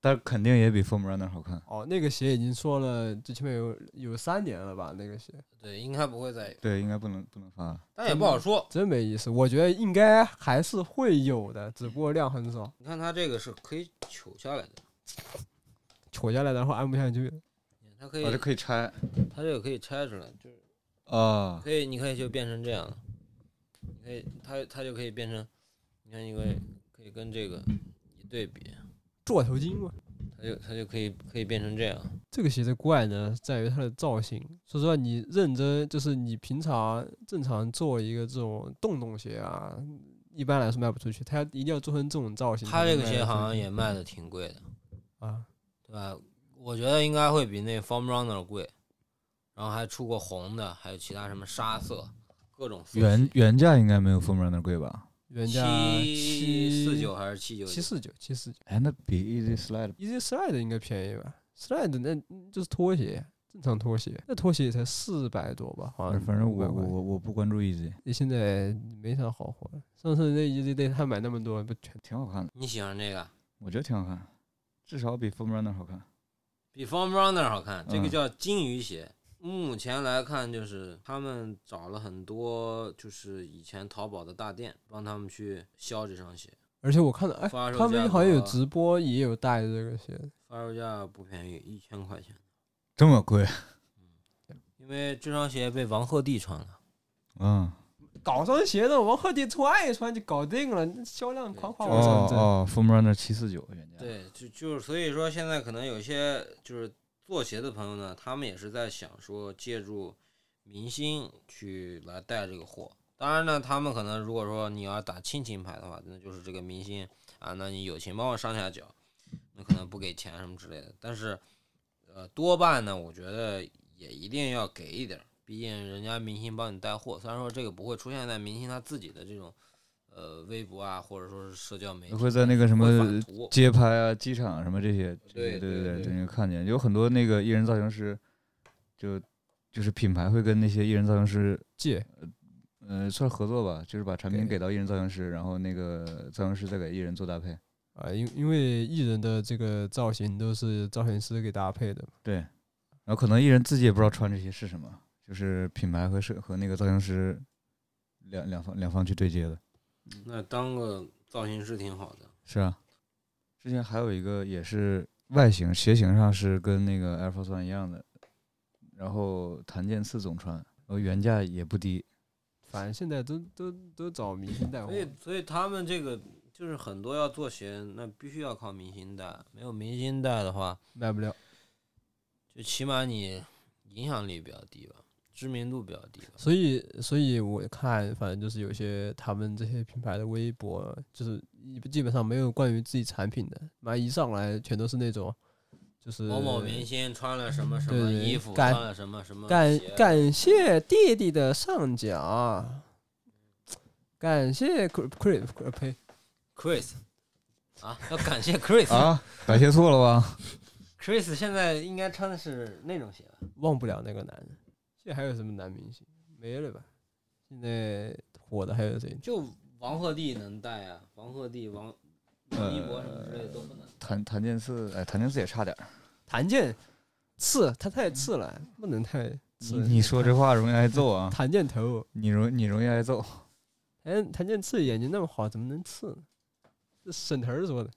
但是肯定也比 Firm Runner 好看。
哦，那个鞋已经说了，最起码有有三年了吧？那个鞋
对，应该不会再有，
对，应该不能不能发了。
但也不好说。
嗯
真没意思，我觉得应该还是会有的，只不过量很少。
你看它这个是可以取下来的，
扯下来然后按不下去，
它可以，
哦，这可以拆
它这个可以拆出来，就是
啊！
可以，你可以就变成这样了。你可以，它它就可以变成，你看，你可以可以跟这个一对比，
座头鲸嘛。
它就它就可以可以变成这样。
这个鞋的怪呢，在于它的造型。说实话，你认真就是你平常正常做一个这种洞洞鞋啊，一般来说卖不出去。它一定要做成这种造型才
它
能卖
这
得
个
出去。
鞋好像也卖的挺贵的，
啊，
对吧？我觉得应该会比那 Form Runner 贵，然后还出过红的，还有其他什么沙色，各种色
原
系
原价应该没有 Firm Runner 贵吧？
原价
七四九还是七九
七四九七四九
哎，那比 Easy Slide
，Easy Slide 应该便宜吧？Slide 那那就是拖鞋，正常拖鞋，那拖鞋也才四百多吧，好像
反正我
500
我
块
我我不关注 Easy，
你现在没啥好货了。上次那 Easy Day 他买那么多，不全
挺好看的，
你喜欢这个
我觉得挺好看，至少比 Firm Runner 好看。
比 Form Runner 好看？这个
嗯
叫金鱼鞋。目前来看，就是他们找了很多就是以前淘宝的大店帮他们去销这双鞋，
而且我看到，哎，
发售
他
价
们好像有
格啊
直播，也有带这个鞋。
发售价不便宜，一千块钱。
这么贵？
因为这双鞋被王鹤棣穿了。
嗯，
搞双鞋的，王鹤棣穿一穿就搞定了，那销量
对
夸
哦
夸
就
往上增。
哦，Firm Runner 七四九原价。
对，就就是所以说，现在可能有些就是做鞋的朋友呢，他们也是在想说借助明星去来带这个货。当然呢，他们可能如果说你要打亲情牌的话，那就是这个明星啊，那你友情帮我上下脚，那可能不给钱什么之类的。但是，呃，多半呢，我觉得也一定要给一点儿，毕竟人家明星帮你带货，虽然说这个不会出现在明星他自己的这种呃微博啊，或者说是社交媒体，
会在那个什
会
么
反图，
街拍啊、机场什么这些，这些
对
对
对
对
对
能看见有很多那个艺人造型师，就就是品牌会跟那些艺人造型师，
借
呃，算是合作吧，就是把产品
对
给到艺人造型师，然后那个造型师再给艺人做搭配。
啊，因因为艺人的这个造型都是造型师给搭配的，
对，然后可能艺人自己也不知道穿这些是什么，就是品牌和设和那个造型师两两方两方去对接的。
那当个造型师挺好的。
是啊，之前还有一个也是外形鞋型上是跟那个 Air Force One 一样的，然后檀健次总穿，然后原价也不低。
反正现在都都都找明星带货
所，以，所以他们这个就是很多要做鞋，那必须要靠明星带。没有明星带的话，
卖不了。
就起码你影响力比较低吧，知名度比较低吧。
所以，所以我看，反正就是有些他们这些品牌的微博，就是一基本上没有关于自己产品的，妈一上来全都是那种，就是
某某明星穿了什么什么
对对
衣服，
干
穿了什么什么
感
鞋啊
感谢弟弟的上奖，感谢 Cri- Cri Cri- 呸
Chris 啊，要感谢 Chris
啊， 感谢错了吧？
Chris 现在应该穿的是那种鞋吧？
忘不了那个男人。现在还有什么男明星？没了吧？现在火的还有谁？
就王鹤棣能带啊，王鹤棣、王
呃
王一博什么之类的都不能。
檀檀健次，哎，檀健次也差点儿。
谭健次，他太次了，不能太
你
次。
你说这话容易挨揍 啊！
谭健头，
你容你容易挨揍。
谭谭健次眼睛那么好，怎么能刺呢？这沈腾儿说的。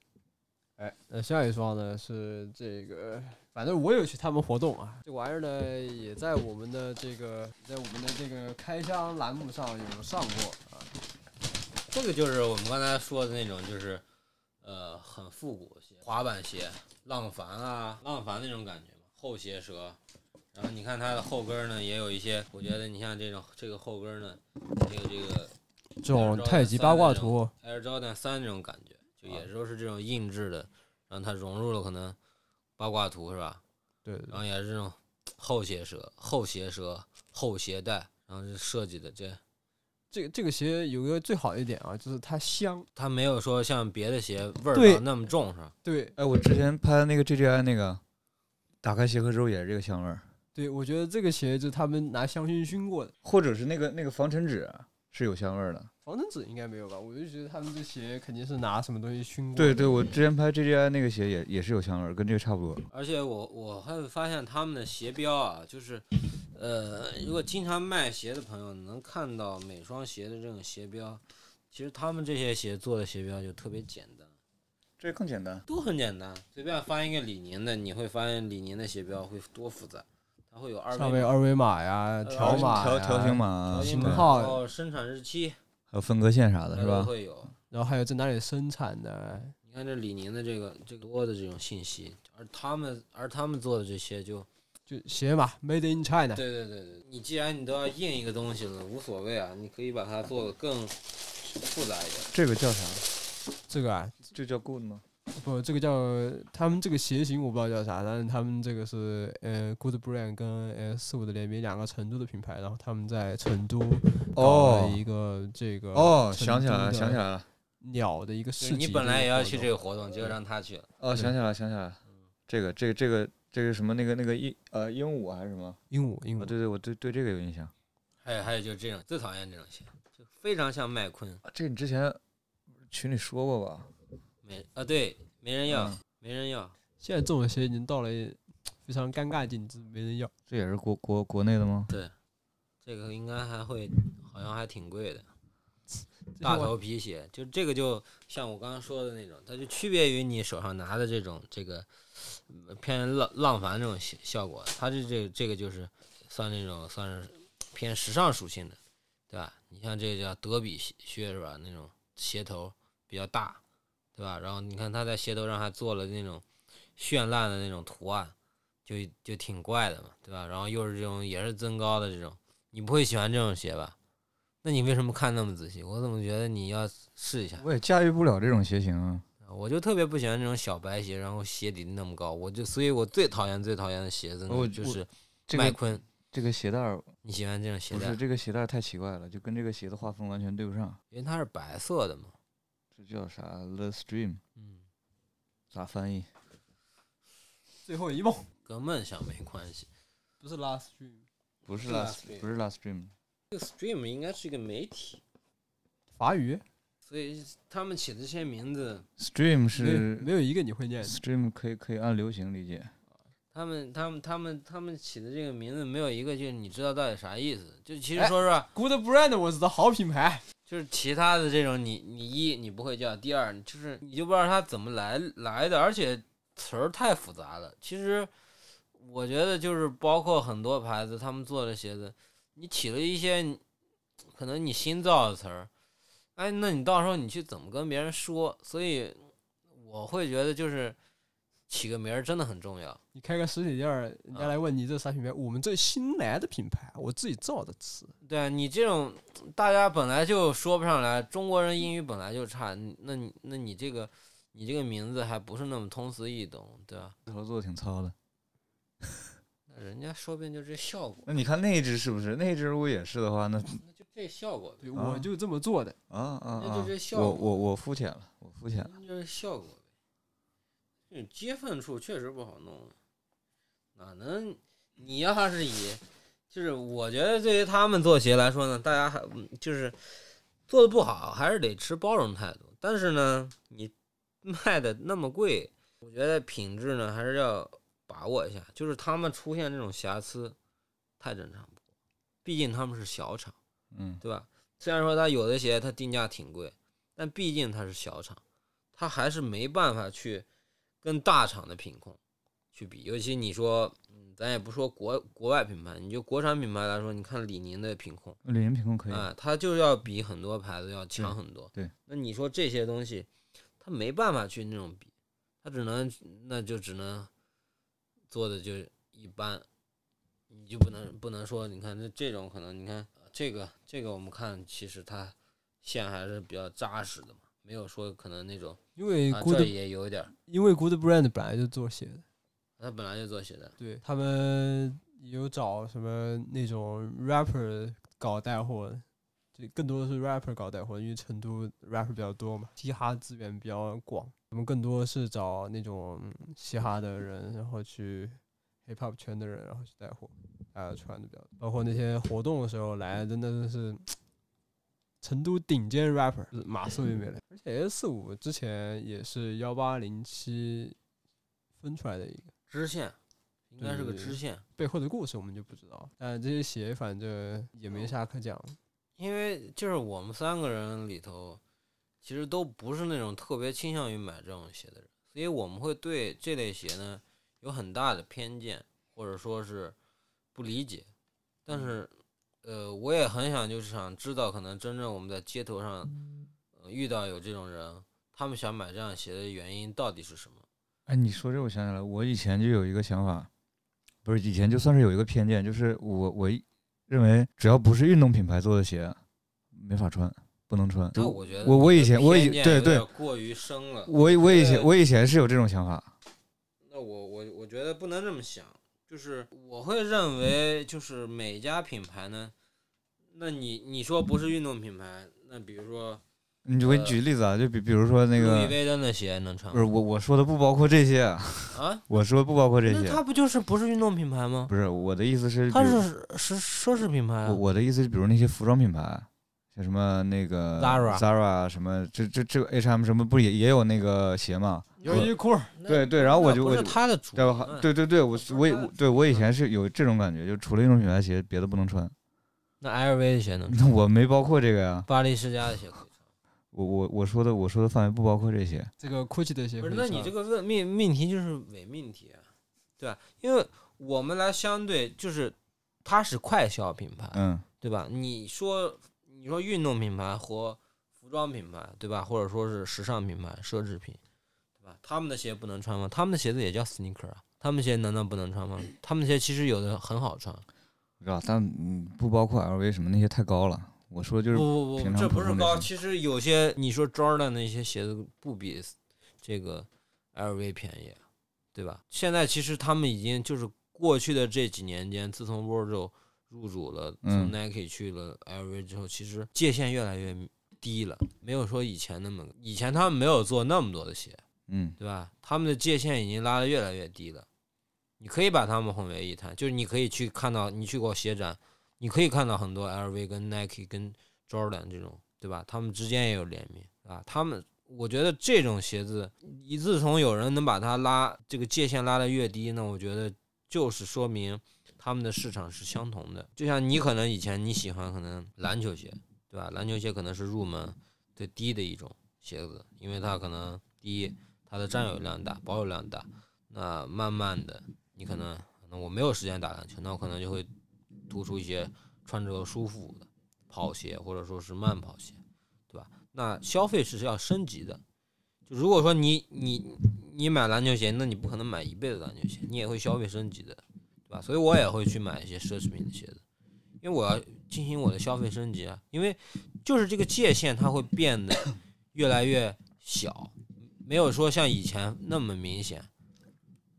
哎，那下一双呢是这个，反正我有去他们活动啊，这玩意儿呢也在我们的这个，在我们的这个开箱栏目上有上过啊。
这个就是我们刚才说的那种，就是呃很复古的鞋，滑板鞋，浪凡啊，浪凡那种感觉嘛，后鞋舌。然后你看它的后跟儿呢，也有一些，我觉得你像这种这个后跟儿呢，也有这个
这种太极八卦图，
Air Jordan 三这种感觉，就也都是这种硬质的，然后它融入了可能八卦图是吧？
对
然后也是这种后鞋舌、后鞋舌、后鞋带，然后这设计的这，
这个这个鞋有个最好的一点啊，就是它香。
它没有说像别的鞋味儿
对
道那么重是吧？
对
哎，我之前拍的那个 J J I 那个，打开鞋盒之后也是这个香味儿，
对，我觉得这个鞋就是他们拿香薰熏过的，
或者是那个那个防尘纸是有香味儿的。
防尘纸应该没有吧？我就觉得他们这鞋肯定是拿什么东西熏过的。
对对，我之前拍 J J I 那个鞋也也是有香味儿，跟这个差不多。
而且我我还发现他们的鞋标啊，就是，呃，如果经常卖鞋的朋友能看到每双鞋的这种鞋标，其实他们这些鞋做的鞋标就特别简单，
这更简单。
都很简单，随便翻一个李宁的，你会发现李宁的鞋标会多复杂，它会有二
上
维
面
码
二维码呀，条码
条
呀
条形，码
条
对
形
型
码，呃
号
然后生产日期
还有分割线啥的，
它
是
都
吧？
会有。
然后还有在哪里生产的，
你看这李宁的这个这个多的这种信息，而他们而他们做的这些就
就鞋码 Made in China。
对对对对，你既然你都要印一个东西了，无所谓啊，你可以把它做的更复杂一点。
这个叫啥？
这个啊，
这叫 good 吗？
不，这个叫他们这个鞋型我不知道叫啥，但是他们这个是呃 Good Brand 跟 S 五的联名两个成都的品牌，然后他们在成都搞了
哦
一个这个
哦，
成
想起来
都
了，
的
想起来了，
鸟的一个市
你
集。
本来也要去这
个
个活动，结果让他去了。
哦，
对
想起来了，想起来了。这个这个这个这个什么那个那个鹦呃鹦鹉还是什么？
鹦鹉，鹦
啊，
哦
鹉，
对对，我对对这个有印象。
还有还有就是这种，最讨厌这种鞋，就非常像麦昆，
啊这个你之前群里说过吧？
没啊对，没人要，
嗯
没人要。
现在这种鞋已经到了非常尴尬境地，没人要。
这也是国国国内的吗？
这个应该还会，好像还挺贵的。
这
大
些
头皮鞋，就这个就像我刚刚说的那种，它就区别于你手上拿的这种这个嗯偏浪浪凡这种效效果，它这这这个就是算那种算是偏时尚属性的，对吧？你像这个叫德比靴是吧？那种鞋头比较大，对吧？然后你看它在鞋头上还做了那种绚烂的那种图案，就就挺怪的嘛，对吧？然后又是这种也是增高的这种，你不会喜欢这种鞋吧？那你为什么看那么仔细？我怎么觉得你要试一下？
我也驾驭不了这种鞋型啊。
我就特别不喜欢这种小白鞋，然后鞋底那么高，我就所以，我最讨厌最讨厌的鞋子呢
我
就是
这
麦
个
昆。
这个鞋带儿
你喜欢这种鞋
不
带
是？这个鞋带儿太奇怪了，就跟这个鞋的画风完全对不上。
因为它是白色的嘛。
这叫啥？The Stream
嗯，
咋翻译？
最后一梦
跟梦想没关系。
不是 last dream，
不是
是
La
La
Stream，
Stream
不是 La Stream，
这个 stream 应该是一个媒体，
法语
所以他们起的这些名字，
Stream
没有
是
没有一个你会念的，
Stream 可以可以按流行理解，
他们他们他们他们起的这个名字没有一个就是你知道到底啥意思。就其实
哎
说实话，
Good brand 我知道，好品牌。
就是其他的这种你，你一你不会叫，第二就是你就不知道它怎么来来的，而且词儿太复杂了。其实我觉得就是包括很多牌子他们做的鞋子，你起了一些你可能你新造的词儿，哎，那你到时候你去怎么跟别人说？所以我会觉得就是起个名儿真的很重要。
你开个实体店儿，人家
啊
来问你这啥品牌，我们这新来的品牌，我自己造的词。
对啊，你这种大家本来就说不上来，中国人英语本来就差，你那你那你这个你这个名字还不是那么通俗易懂，对吧、
合作挺糙的。
那人家说不定就这效果，
那你看那一只是不是？那一只如果也是的话，那
那就这效果，
对，
啊
我就这么做的。
啊啊
那
啊
就这！效
我
果
我我肤浅了，我肤浅了。
那嗯就是效果呗。这接缝处确实不好弄，哪能？你要是以，就是我觉得对于他们做鞋来说呢，大家还嗯就是做的不好，还是得持包容态度。但是呢，你卖的那么贵，我觉得品质呢还是要把握一下。就是他们出现这种瑕疵，太正常不过，毕竟他们是小厂。
嗯，
对吧？虽然说它有的鞋它定价挺贵，但毕竟它是小厂，它还是没办法去跟大厂的品控去比。尤其你说，嗯，咱也不说国国外品牌，你就国产品牌来说，你看李宁的品控，
李宁品控可以。
啊，它就要比很多牌子要强很多。
对
那你说这些东西，它没办法去那种比，它只能那就只能做的就一般，你就不能不能说，你看这这种可能，你看呃这个这个我们看，其实它线还是比较扎实的嘛，没有说可能那种
因为
啊
Good，、
这也有一点儿，
因为 Good brand 本来就做鞋的，
它本来就做鞋的，
对他们有找什么那种 rapper 搞带货，就更多的是 rapper 搞带货，因为成都 rapper 比较多嘛，嘻哈资源比较广。我们更多是找那种嗯嘻哈的人，然后去 hip hop 圈的人，然后去带货，大家穿的比较，包括那些活动的时候来，真的是成都顶尖 rapper 就是马思唯没来，而且 S 五之前也是幺八零七分出来的一个。
支线应该是个
对对对
支线。
背后的故事我们就不知道，但这些鞋反正也
哦
没啥可讲。
因为就是我们三个人里头，其实都不是那种特别倾向于买这种鞋的人，所以我们会对这类鞋呢有很大的偏见，或者说是不理解。但是，呃，我也很想就是想知道，可能真正我们在街头上、呃遇到有这种人，他们想买这样鞋的原因到底是什么？
哎，你说这我想起来，我以前就有一个想法，不是以前就算是有一个偏见，就是我我一认为只要不是运动品牌做的鞋，没法穿，不能穿。
这我觉得
我我
你
以
的
前我以
偏见
对
有点
对
过于深了。
我我以前
呃
我以前是有这种想法，
那我我我觉得不能这么想，就是我会认为，就是每家品牌呢，那你你说不是运动品牌，那比如说
你就我给你
呃
举个例子啊，就比比如说那
路易
个，
威登的鞋能穿
不是我我说的不包括这些啊，
啊？
我说不包括这
那
些，
它不就是不是运动品牌吗？
不是我的意思是，
它
比如
是是奢侈品牌啊
我。我的意思是，比如那些服装品牌，像什么那个
Zara
Zara 啊什么，这这这 H M 什么不也也有那个鞋嘛？
优衣
库，
那
对对，然后我
那
就
不
我
是
就
它的主
对吧？
嗯
对对对，我
是
我也
它
我对我以前是有这种感觉，就除了运动品牌鞋，别的不能穿。
那 LV 的鞋能穿，
那我没包括这个呀，
巴黎世家的鞋可以穿。
我我我说的我说的范围不包括这些。
啊
这个 GUCCI 的鞋
不
可
是，
以穿，
那你这个问命命题就是伪命题、啊，对吧？因为我们来相对就是它是快消品牌，
嗯，
对吧？你说你说运动品牌和服装品牌，对吧？或者说是时尚品牌、奢侈品，对吧？他们的鞋不能穿吗？他们的鞋子也叫 sneaker 啊，他们鞋难道不能穿吗？他们鞋其实有的很好穿。
我知道，但嗯不包括 L V 什么那些太高了。我说的就是
不不
平
不，
常
这
普
不是
通的
高，
鞋
其实有些你说 Jordan 那些鞋子不比这个 LV 便宜，对吧？现在其实他们已经就是过去的这几年间，自从 Virgil 入主了，
嗯
从 Nike 去了 LV 之后，其实界限越来越低了，没有说以前那么，以前他们没有做那么多的鞋，
嗯
对吧？他们的界限已经拉得越来越低了。你可以把他们混为一谈，就是你可以去看到，你去过鞋展，你可以看到很多 LV 跟 Nike 跟 Jordan 这种，对吧？他们之间也有联名啊。他们，我觉得这种鞋子，一自从有人能把它拉这个界限拉得越低，那我觉得就是说明他们的市场是相同的。就像你可能以前你喜欢可能篮球鞋，对吧？篮球鞋可能是入门最低的一种鞋子，因为它可能第一它的占有量大，保有量大。那慢慢的，你可能那我没有时间打篮球，那我可能就会突出一些穿着舒服的跑鞋，或者说是慢跑鞋，对吧？那消费是要升级的。就如果说你你你买篮球鞋，那你不可能买一辈子篮球鞋，你也会消费升级的，对吧？所以我也会去买一些奢侈品的鞋子，因为我要进行我的消费升级啊。因为就是这个界限它会变得越来越小，没有说像以前那么明显。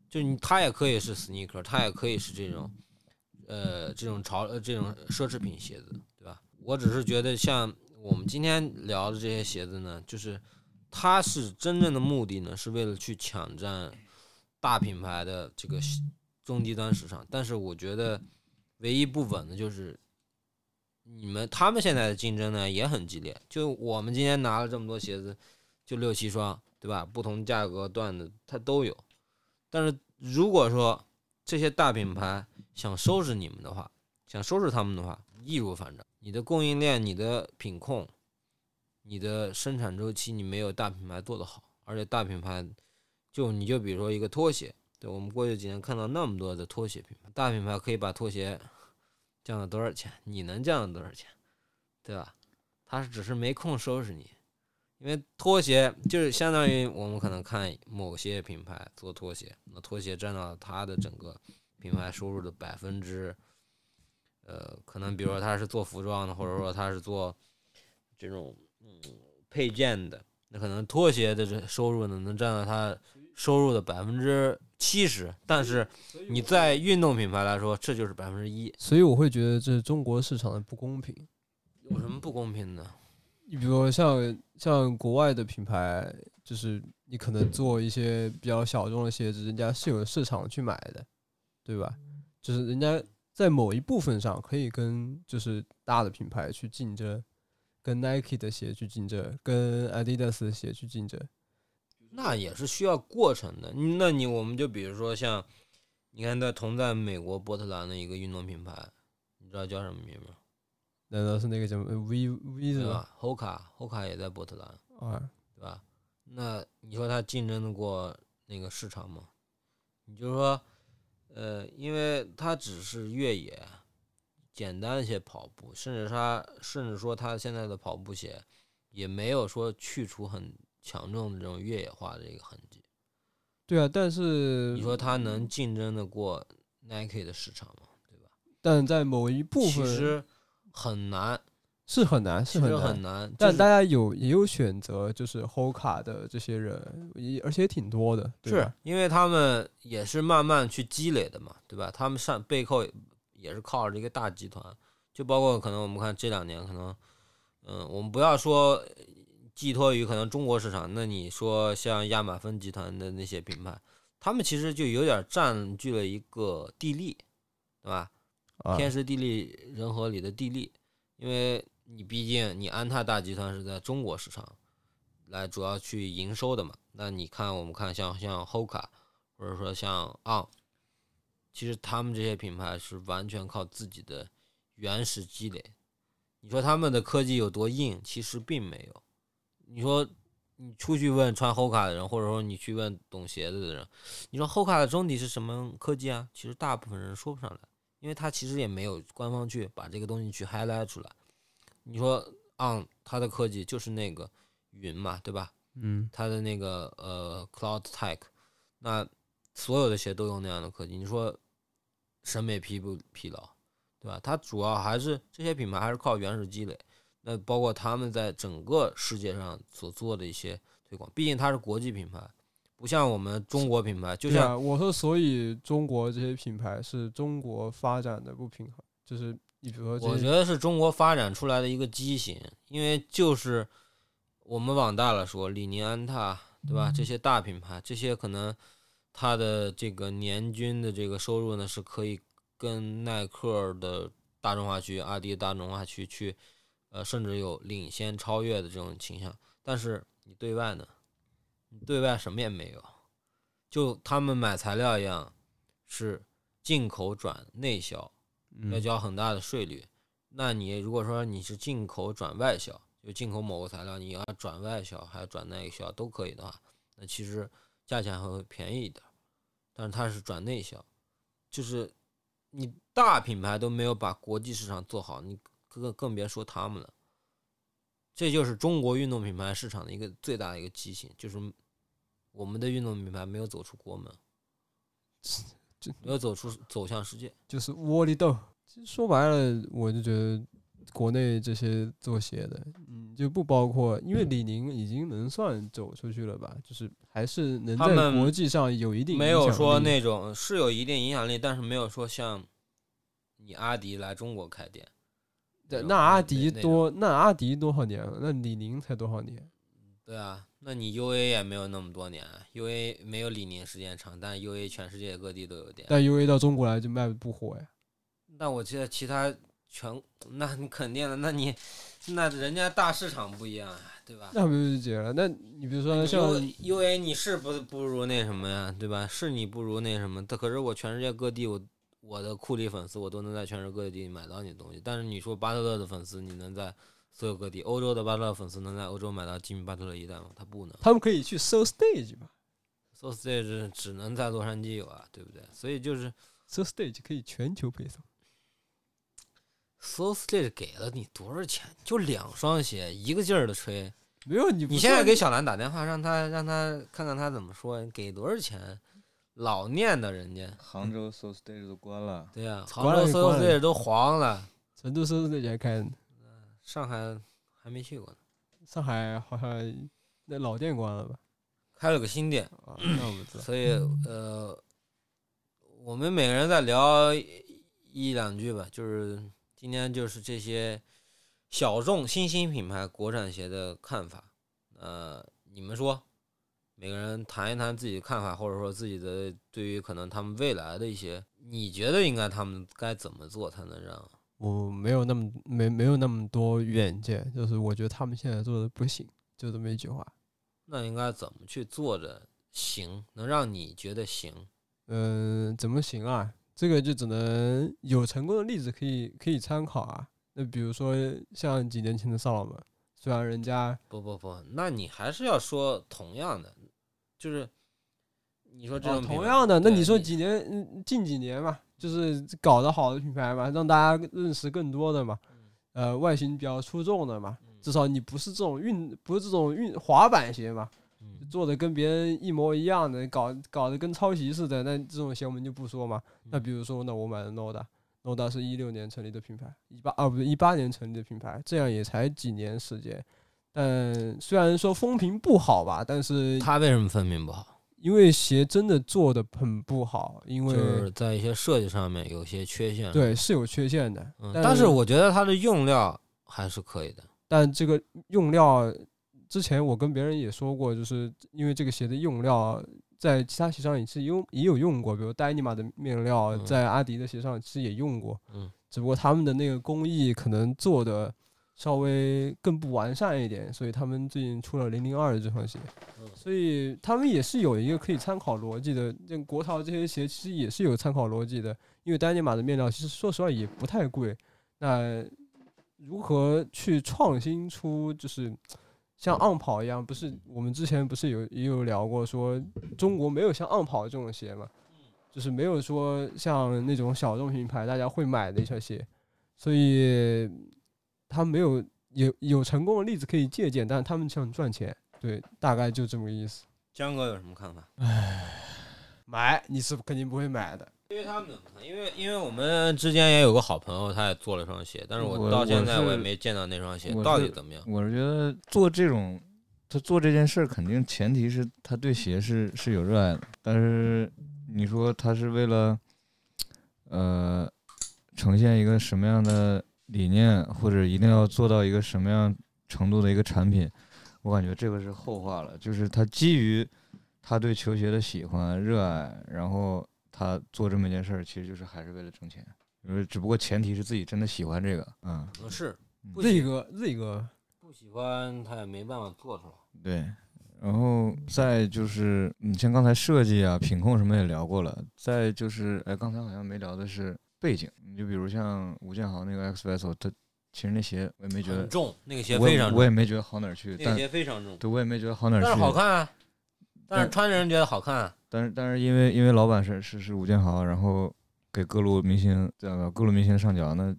就你，它也可以是 sneaker，它也可以是这种，呃，这种潮，呃，这种奢侈品鞋子，对吧？我只是觉得，像我们今天聊的这些鞋子呢，就是它是真正的目的呢，是为了去抢占大品牌的这个西中低端市场。但是我觉得唯一不稳的就是你们他们现在的竞争呢也很激烈。就我们今天拿了这么多鞋子，就六七双，对吧？不同价格段的它都有。但是如果说这些大品牌想收拾你们的话，想收拾他们的话，易如反掌。你的供应链、你的品控、你的生产周期，你没有大品牌做得好。而且大品牌，就你就比如说一个拖鞋，对我们过去几年看到那么多的拖鞋品牌，大品牌可以把拖鞋降到多少钱？你能降到多少钱？对吧？他只是没空收拾你，因为拖鞋就是相当于我们可能看某些品牌做拖鞋，那拖鞋占到它的整个品牌收入的百分之，呃，可能比如说它是做服装的，或者说它是做这种嗯配件的，那可能拖鞋的这收入呢能占到它收入的百分之七十，但是你在运动品牌来说，这就是百分之一，
所以我会觉得这是中国市场的不公平。
有什么不公平的？
你比如说像像国外的品牌，就是你可能做一些比较小众的鞋子，人家是有市场去买的，对吧？就是人家在某一部分上可以跟就是大的品牌去竞争，跟 Nike 的鞋去竞争，跟 Adidas 的鞋去竞争。
那也是需要过程的。嗯那你我们就比如说像，你看在同在美国波特兰的一个运动品牌，你知道叫什么名吗？
难道是那个叫什么 V V
对啊
是吧？
吧？Hoka，Hoka 也在波特兰，
啊，
对吧？那你说它竞争得过那个市场吗？你就说，呃，因为它只是越野，简单一些跑步，甚至它甚至说它现在的跑步鞋也没有说去除很强重的这种越野化的一个痕迹。
对啊，但是嗯
你说它能竞争得过 Nike 的市场吗？
但在某一部
其
分
实很难，
是很难，
其
是
实
很难
很。难。
但
就是
大家有也有选择，就是 Hoka 的这些人，也而且也挺多的，对
是
吧？
因为他们也是慢慢去积累的嘛，对吧？他们上背后也是靠着一个大集团，就包括可能我们看这两年，可能嗯，我们不要说呃寄托于可能中国市场，那你说像亚马逊集团的那些品牌，他们其实就有点占据了一个地利，对吧？
啊，
天时地利人和里的地利，因为你毕竟你安踏大集团是在中国市场来主要去营收的嘛。那你看，我们看像像 Hoka 或者说像 On，其实他们这些品牌是完全靠自己的原始积累。你说他们的科技有多硬，其实并没有。你说你出去问穿 Hoka 的人，或者说你去问懂鞋子的人，你说 Hoka 的中底是什么科技啊？其实大部分人说不上来。因为它其实也没有官方去把这个东西去 highlight 出来。你说 on 它的科技就是那个云嘛，对吧？
嗯，
它的那个呃 Cloud Tech，那所有的鞋都用那样的科技。你说审美疲不疲劳，对吧？它主要还是这些品牌还是靠原始积累。那包括他们在整个世界上所做的一些推广，毕竟它是国际品牌，不像我们中国品牌，就
对
像
啊我说，所以中国这些品牌是中国发展的不平衡，就是你比如说
我
这
觉得是中国发展出来的一个畸形，因为就是我们往大了说，李宁、安踏，对吧？
嗯
这些大品牌，这些可能它的这个年均的这个收入呢，是可以跟耐克的大众化区、阿迪的大众化区去，呃，甚至有领先超越的这种倾向。但是你对外呢，你对外什么也没有，就他们买材料一样，是进口转内销。要
嗯
交很大的税率。那你如果说你是进口转外销，就进口某个材料，你要转外销还要转内销都可以的话，那其实价钱还会便宜一点儿。但是它是转内销，就是你大品牌都没有把国际市场做好，你更更别说他们了。这就是中国运动品牌市场的一个最大的一个畸形，就是我们的运动品牌没有走出国门，
这
没有走出走向世界。
就是窝里斗。其实说白了，我就觉得国内这些做鞋的，嗯，就不包括，因为李宁已经能算走出去了吧，就是还是能
他
在
们
国际上有一定
没
影
有
响
说
力
那种是有一定影响力，但是没有说像你阿迪来中国开店，
对
那
那
种
阿
那
迪
那
多，那阿迪多少年了？那李宁才多少年？
对啊，那你 U A 也没有那么多年，U 啊 A 没有李宁时间长，但 U A 全世界各地都有店。
但 UA 到中国来就卖不火呀。
那我记得其他全，那你肯定的，那你那人家大市场不一样啊，对吧？
那不就是解了？那你比如说嗯像
U U A 你是不不如那什么呀，对吧？是你不如那什么，但可是我全世界各地我我的库里粉丝我都能在全世界各地买到你的东西，但是你说巴特勒的粉丝你能在所有各地，欧洲的巴特勒粉丝能在欧洲买到吉米巴特勒一代吗？他不能。
他们可以去搜 stage 嘛
So stage 只能在洛杉矶有啊，对不对？所以就是
搜 stage 可以全球配送。
So stage 给了你多少钱？就两双鞋，一个劲儿的吹，
没有你不
你现在
算
给小兰打电话，让她让她看看她怎么说，给多少钱？老念叨人家。
杭州 So Stage 都关了，
对啊呀、杭
关了
州
就
所有
关了
地儿都黄了，
成都搜 stage 还开，
上海还没去过呢，
上海好像那老店关 了吧？
开了个新店，
啊，那我不知道。
所以呃，我们每个人再聊一一两句吧，就是今天就是这些小众新兴品牌国产鞋的看法，呃，你们说，每个人谈一谈自己的看法，或者说自己的对于可能他们未来的一些，你觉得应该他们该怎么做才能让
我没有那么没没有那么多远见，就是我觉得他们现在做的不行，就这么一句话。
那应该怎么去做着行，能让你觉得行？
嗯，怎么行啊？这个就只能有成功的例子可以可以参考啊。那比如说像几年前的萨老们，虽然人家
不不不，那你还是要说同样的，就是你说这种、
哦同样的，那
对
你说
你
几年嗯近几年嘛，就是搞得好的品牌嘛，让大家认识更多的嘛，
嗯
呃，外形比较出众的嘛，至少你不是这种运不是这种运滑板鞋嘛，
嗯
做的跟别人一模一样的，搞搞得跟抄袭似的，那这种鞋我们就不说嘛。
嗯
那比如说，那我买的 Noda，Noda 是一六年成立的品牌，一八啊不是一八年成立的品牌，这样也才几年时间。但虽然说风评不好吧，但是
他为什么分辨不好？
因为鞋真的做的很不好，因
就
为、
是嗯在一些设计上面有些缺陷。，啊
对是有缺陷的。
嗯，
但
但是我觉得它的用料还是可以的。
但这个用料，之前我跟别人也说过，就是因为这个鞋的用料在其他鞋上也是用也有用过，比如戴尼玛的面料
嗯
在阿迪的鞋上其实也用过，
嗯，
只不过他们的那个工艺可能做的稍微更不完善一点，所以他们最近出了零零二这双鞋
嗯，
所以他们也是有一个可以参考逻辑的。这国潮这些鞋其实也是有参考逻辑的，因为丹尼玛的面料其实说实话也不太贵。那如何去创新出就是像昂跑一样？不是我们之前不是有也有聊过说中国没有像昂跑这种鞋嘛？就是没有说像那种小众品牌大家会买的一双鞋，所以他没有有有成功的例子可以借鉴，但是他们想赚钱，对，大概就这么个意思。
江哥有什么看法？
买你是肯定不会买的，
因为他们怎么看？因为因为我们之间也有个好朋友，他也做了双鞋，但是
我
到
我
现在
是
我也没见到那双鞋
我
到底
是
怎么样。
我是觉得做这种，他做这件事儿，肯定前提是他对鞋是是有热爱的。但是你说他是为了，呃，呈现一个什么样的理念，或者一定要做到一个什么样程度的一个产品，我感觉这个是后话了。就是他基于他对球鞋的喜欢、热爱，然后他做这么一件事儿，其实就是还是为了挣钱。呃，只不过前提是自己真的喜欢这个，嗯，
可能是
嗯
不喜
Z 哥，Z 哥，
不喜欢他也没办法做出来。
对，然后再就是，你像刚才设计啊、品控什么也聊过了，再就是，哎，刚才好像没聊的是背景，你就比如像吴建豪那个 X Vessel，他其实那鞋我也没觉得
很，重，那嗯个鞋
我
非
也
常
我也
重，
没觉得好哪儿去，
那个
但
鞋非常重，
对我也没觉得好哪儿
但
去，
是好，看啊，但是
但
穿着人觉得好看啊。
但是但是因为因为老板是是是吴建豪，然后给各路明星这样的各路明星上脚，那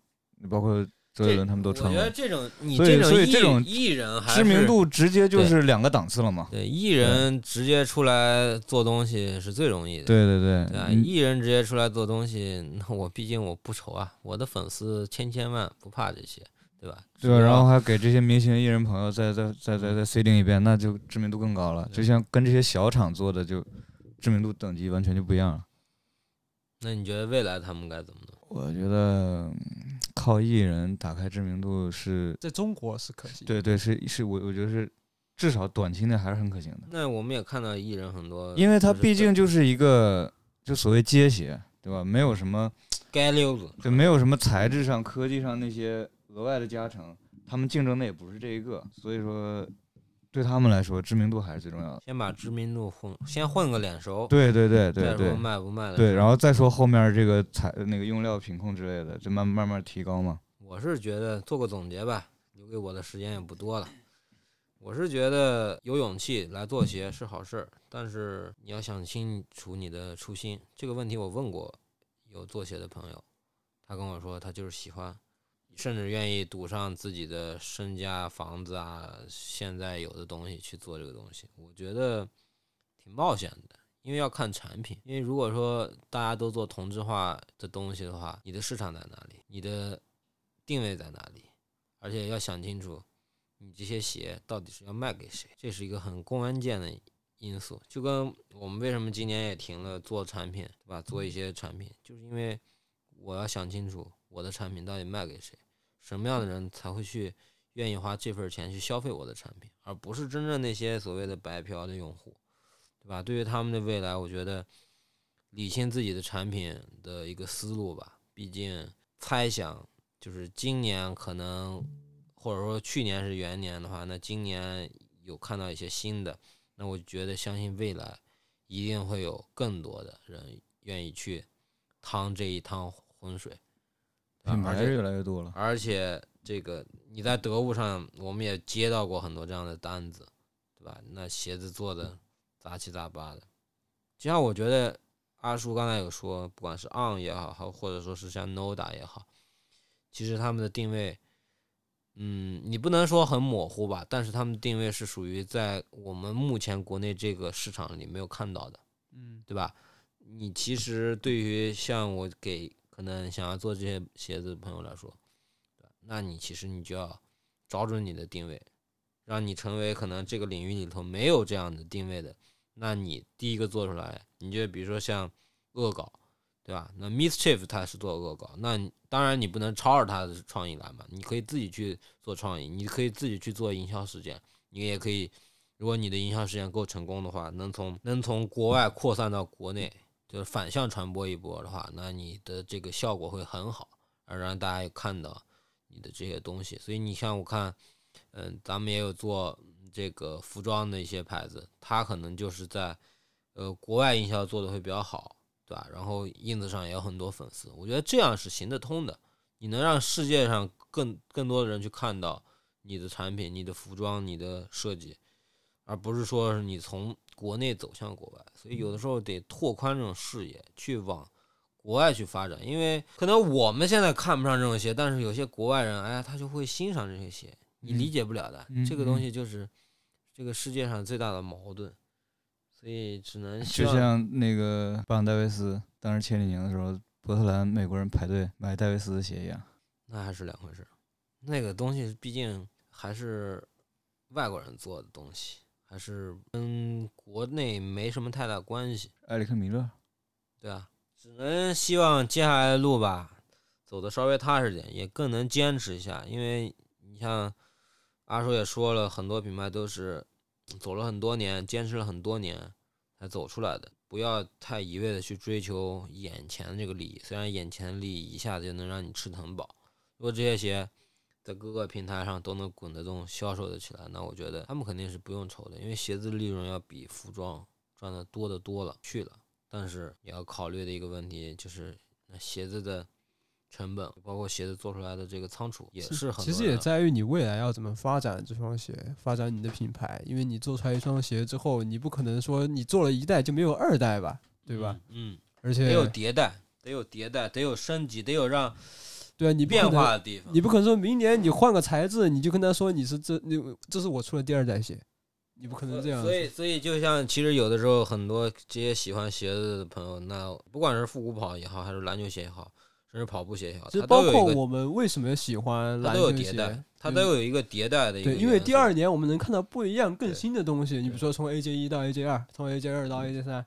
包括周杰伦他们都
我
穿
觉
过
得，这种你
所以
种
所以
艺
这种
艺人还
知名
是
度直接就
对
是两个档次了嘛，
对艺人直接出来做东西是最容易的。
对对对，
对啊，
嗯
艺人直接出来做东西，那我毕竟我不愁啊，我的粉丝千千万，不怕这些，对吧？
对吧？
只要
然后还给这些明星艺人朋友再再再再再 C 定一遍，那就知名度更高了。
对
就像跟这些小厂做的，就知名度等级完全就不一样了。
那你觉得未来他们该怎么弄？
我觉得嗯靠艺人打开知名度是，
在中国是可惜，
对对是是我我觉得是至少短期内还是很可行的，
那我们也看到艺人很多，
因为它
是
毕竟呃就是一个就所谓街鞋，对吧？没有什么
街溜子，
就没有什么材质上、科技上那些额外的加成，他们竞争的也不是这一个，所以说对他们来说知名度还是最重要的。
先把知名度混，先混个脸熟，
对对对对
再
对
说卖不卖的。
对，然后再说后面这个材那个用料品控之类的，就慢慢慢提高嘛。
我是觉得做个总结吧，留给我的时间也不多了。我是觉得有勇气来做鞋是好事儿，但是你要想清楚你的初心。这个问题我问过有做鞋的朋友，他跟我说他就是喜欢，甚至愿意赌上自己的身家、房子啊，现在有的东西去做这个东西。我觉得挺冒险的，因为要看产品。因为如果说大家都做同质化的东西的话，你的市场在哪里？你的定位在哪里，而且要想清楚，你这些鞋到底是要卖给谁，这是一个很关键的因素。就跟我们为什么今年也停了做产品，对吧？做一些产品，就是因为我要想清楚我的产品到底卖给谁，什么样的人才会去愿意花这份钱去消费我的产品，而不是真正那些所谓的白嫖的用户，对吧？对于他们的未来，我觉得理清自己的产品的一个思路吧，毕竟猜想就是今年可能，或者说去年是元年的话，那今年有看到一些新的，那我觉得相信未来一定会有更多的人愿意去趟这一趟浑水，对吧
品
而
牌
且
越来越多了，
而且这个你在得物上，我们也接到过很多这样的单子，对吧？那鞋子做的杂七杂八的，就像我觉得阿叔刚才有说，不管是 On 也好，还或者说是像 Noda 也好，其实他们的定位，嗯，你不能说很模糊吧，但是他们定位是属于在我们目前国内这个市场里没有看到的。
嗯，
对吧？你其实对于像我给可能想要做这些鞋子的朋友来说，对吧那你其实你就要找准你的定位，让你成为可能这个领域里头没有这样的定位的，那你第一个做出来，你就比如说像恶搞，对吧？那 Mischief 他是做恶搞，那你当然你不能抄着他的创意来嘛，你可以自己去做创意，你可以自己去做营销实践，你也可以如果你的营销实验够成功的话，能从能从国外扩散到国内，就是反向传播一波的话，那你的这个效果会很好，而让大家也看到你的这些东西。所以你像我看，嗯，咱们也有做这个服装的一些牌子，它可能就是在呃国外营销做的会比较好，对吧？然后印子上也有很多粉丝，我觉得这样是行得通的。你能让世界上更更多的人去看到你的产品、你的服装、你的设计，而不是说是你从国内走向国外。所以有的时候得拓宽这种视野，去往国外去发展。因为可能我们现在看不上这种鞋，但是有些国外人，哎呀，他就会欣赏这些鞋，你理解不了的。
嗯
这个东
嗯
西就是这个世界上最大的矛盾，所以只能希
就
望
像那个布朗戴维斯当时签李宁的时候，波特兰美国人排队买戴维斯的鞋一样。
那还是两回事儿。那个东西毕竟还是外国人做的东西，还是跟国内没什么太大关系。
埃里克米勒，
对啊，只能希望接下来的路吧，走的稍微踏实点，也更能坚持一下。因为你像阿叔也说了，很多品牌都是走了很多年，坚持了很多年才走出来的。不要太一味的去追求眼前的这个利益，虽然眼前的利益一下子就能让你吃得很饱。如果这些鞋在各个平台上都能滚得动、销售的起来，那我觉得他们肯定是不用愁的，因为鞋子利润要比服装赚的多得多了去了。但是也要考虑的一个问题就是，那鞋子的成本，包括鞋子做出来的这个仓储也是很多
其实也
人
在于你未来要怎么发展这双鞋，发展你的品牌。因为你做出来一双鞋之后，你不可能说你做了一代就没有二代吧，对吧？？
嗯，嗯
而
得
且
有迭代，得有迭代，得有升级，得有让
对啊，你不可
变
能
化，的地方。
你不可能说明年你换个材质，你就跟他说你是这你这是我出的第二代鞋，你不可能这样。
所以，所以就像其实有的时候，很多这些喜欢鞋子的朋友，那不管是复古跑也好，还是篮球鞋也好，甚至跑步鞋也好，
其
它
实包
都有
括
一个，
我们为什么喜欢
它
篮
都有
球
迭代
鞋，，
它
对
都有一个迭代的一个
对，
元素。
因为第二年我们能看到不一样、更新的东西。你比
对
如说从 AJ 一到 AJ 二，从 AJ 二到 AJ 三，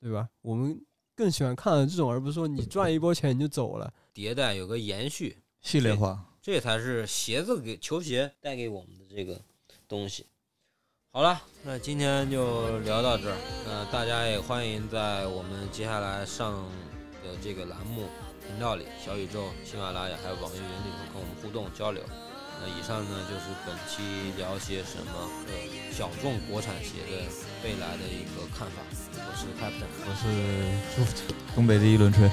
对吧？我们更喜欢看到这种，而不是说你赚一波钱你就走了。
迭代有个延续，
系列
对
化，
这才是鞋子给球鞋带给我们的这个东西。好了，那今天就聊到这儿。那大家也欢迎在我们接下来上的这个栏目频道里，小宇宙、喜马拉雅还有网易云里头跟我们互动交流。那以上呢就是本期聊些什么呃小众国产鞋的未来的一个看法。我是 Captain，
我是东北第一轮吹。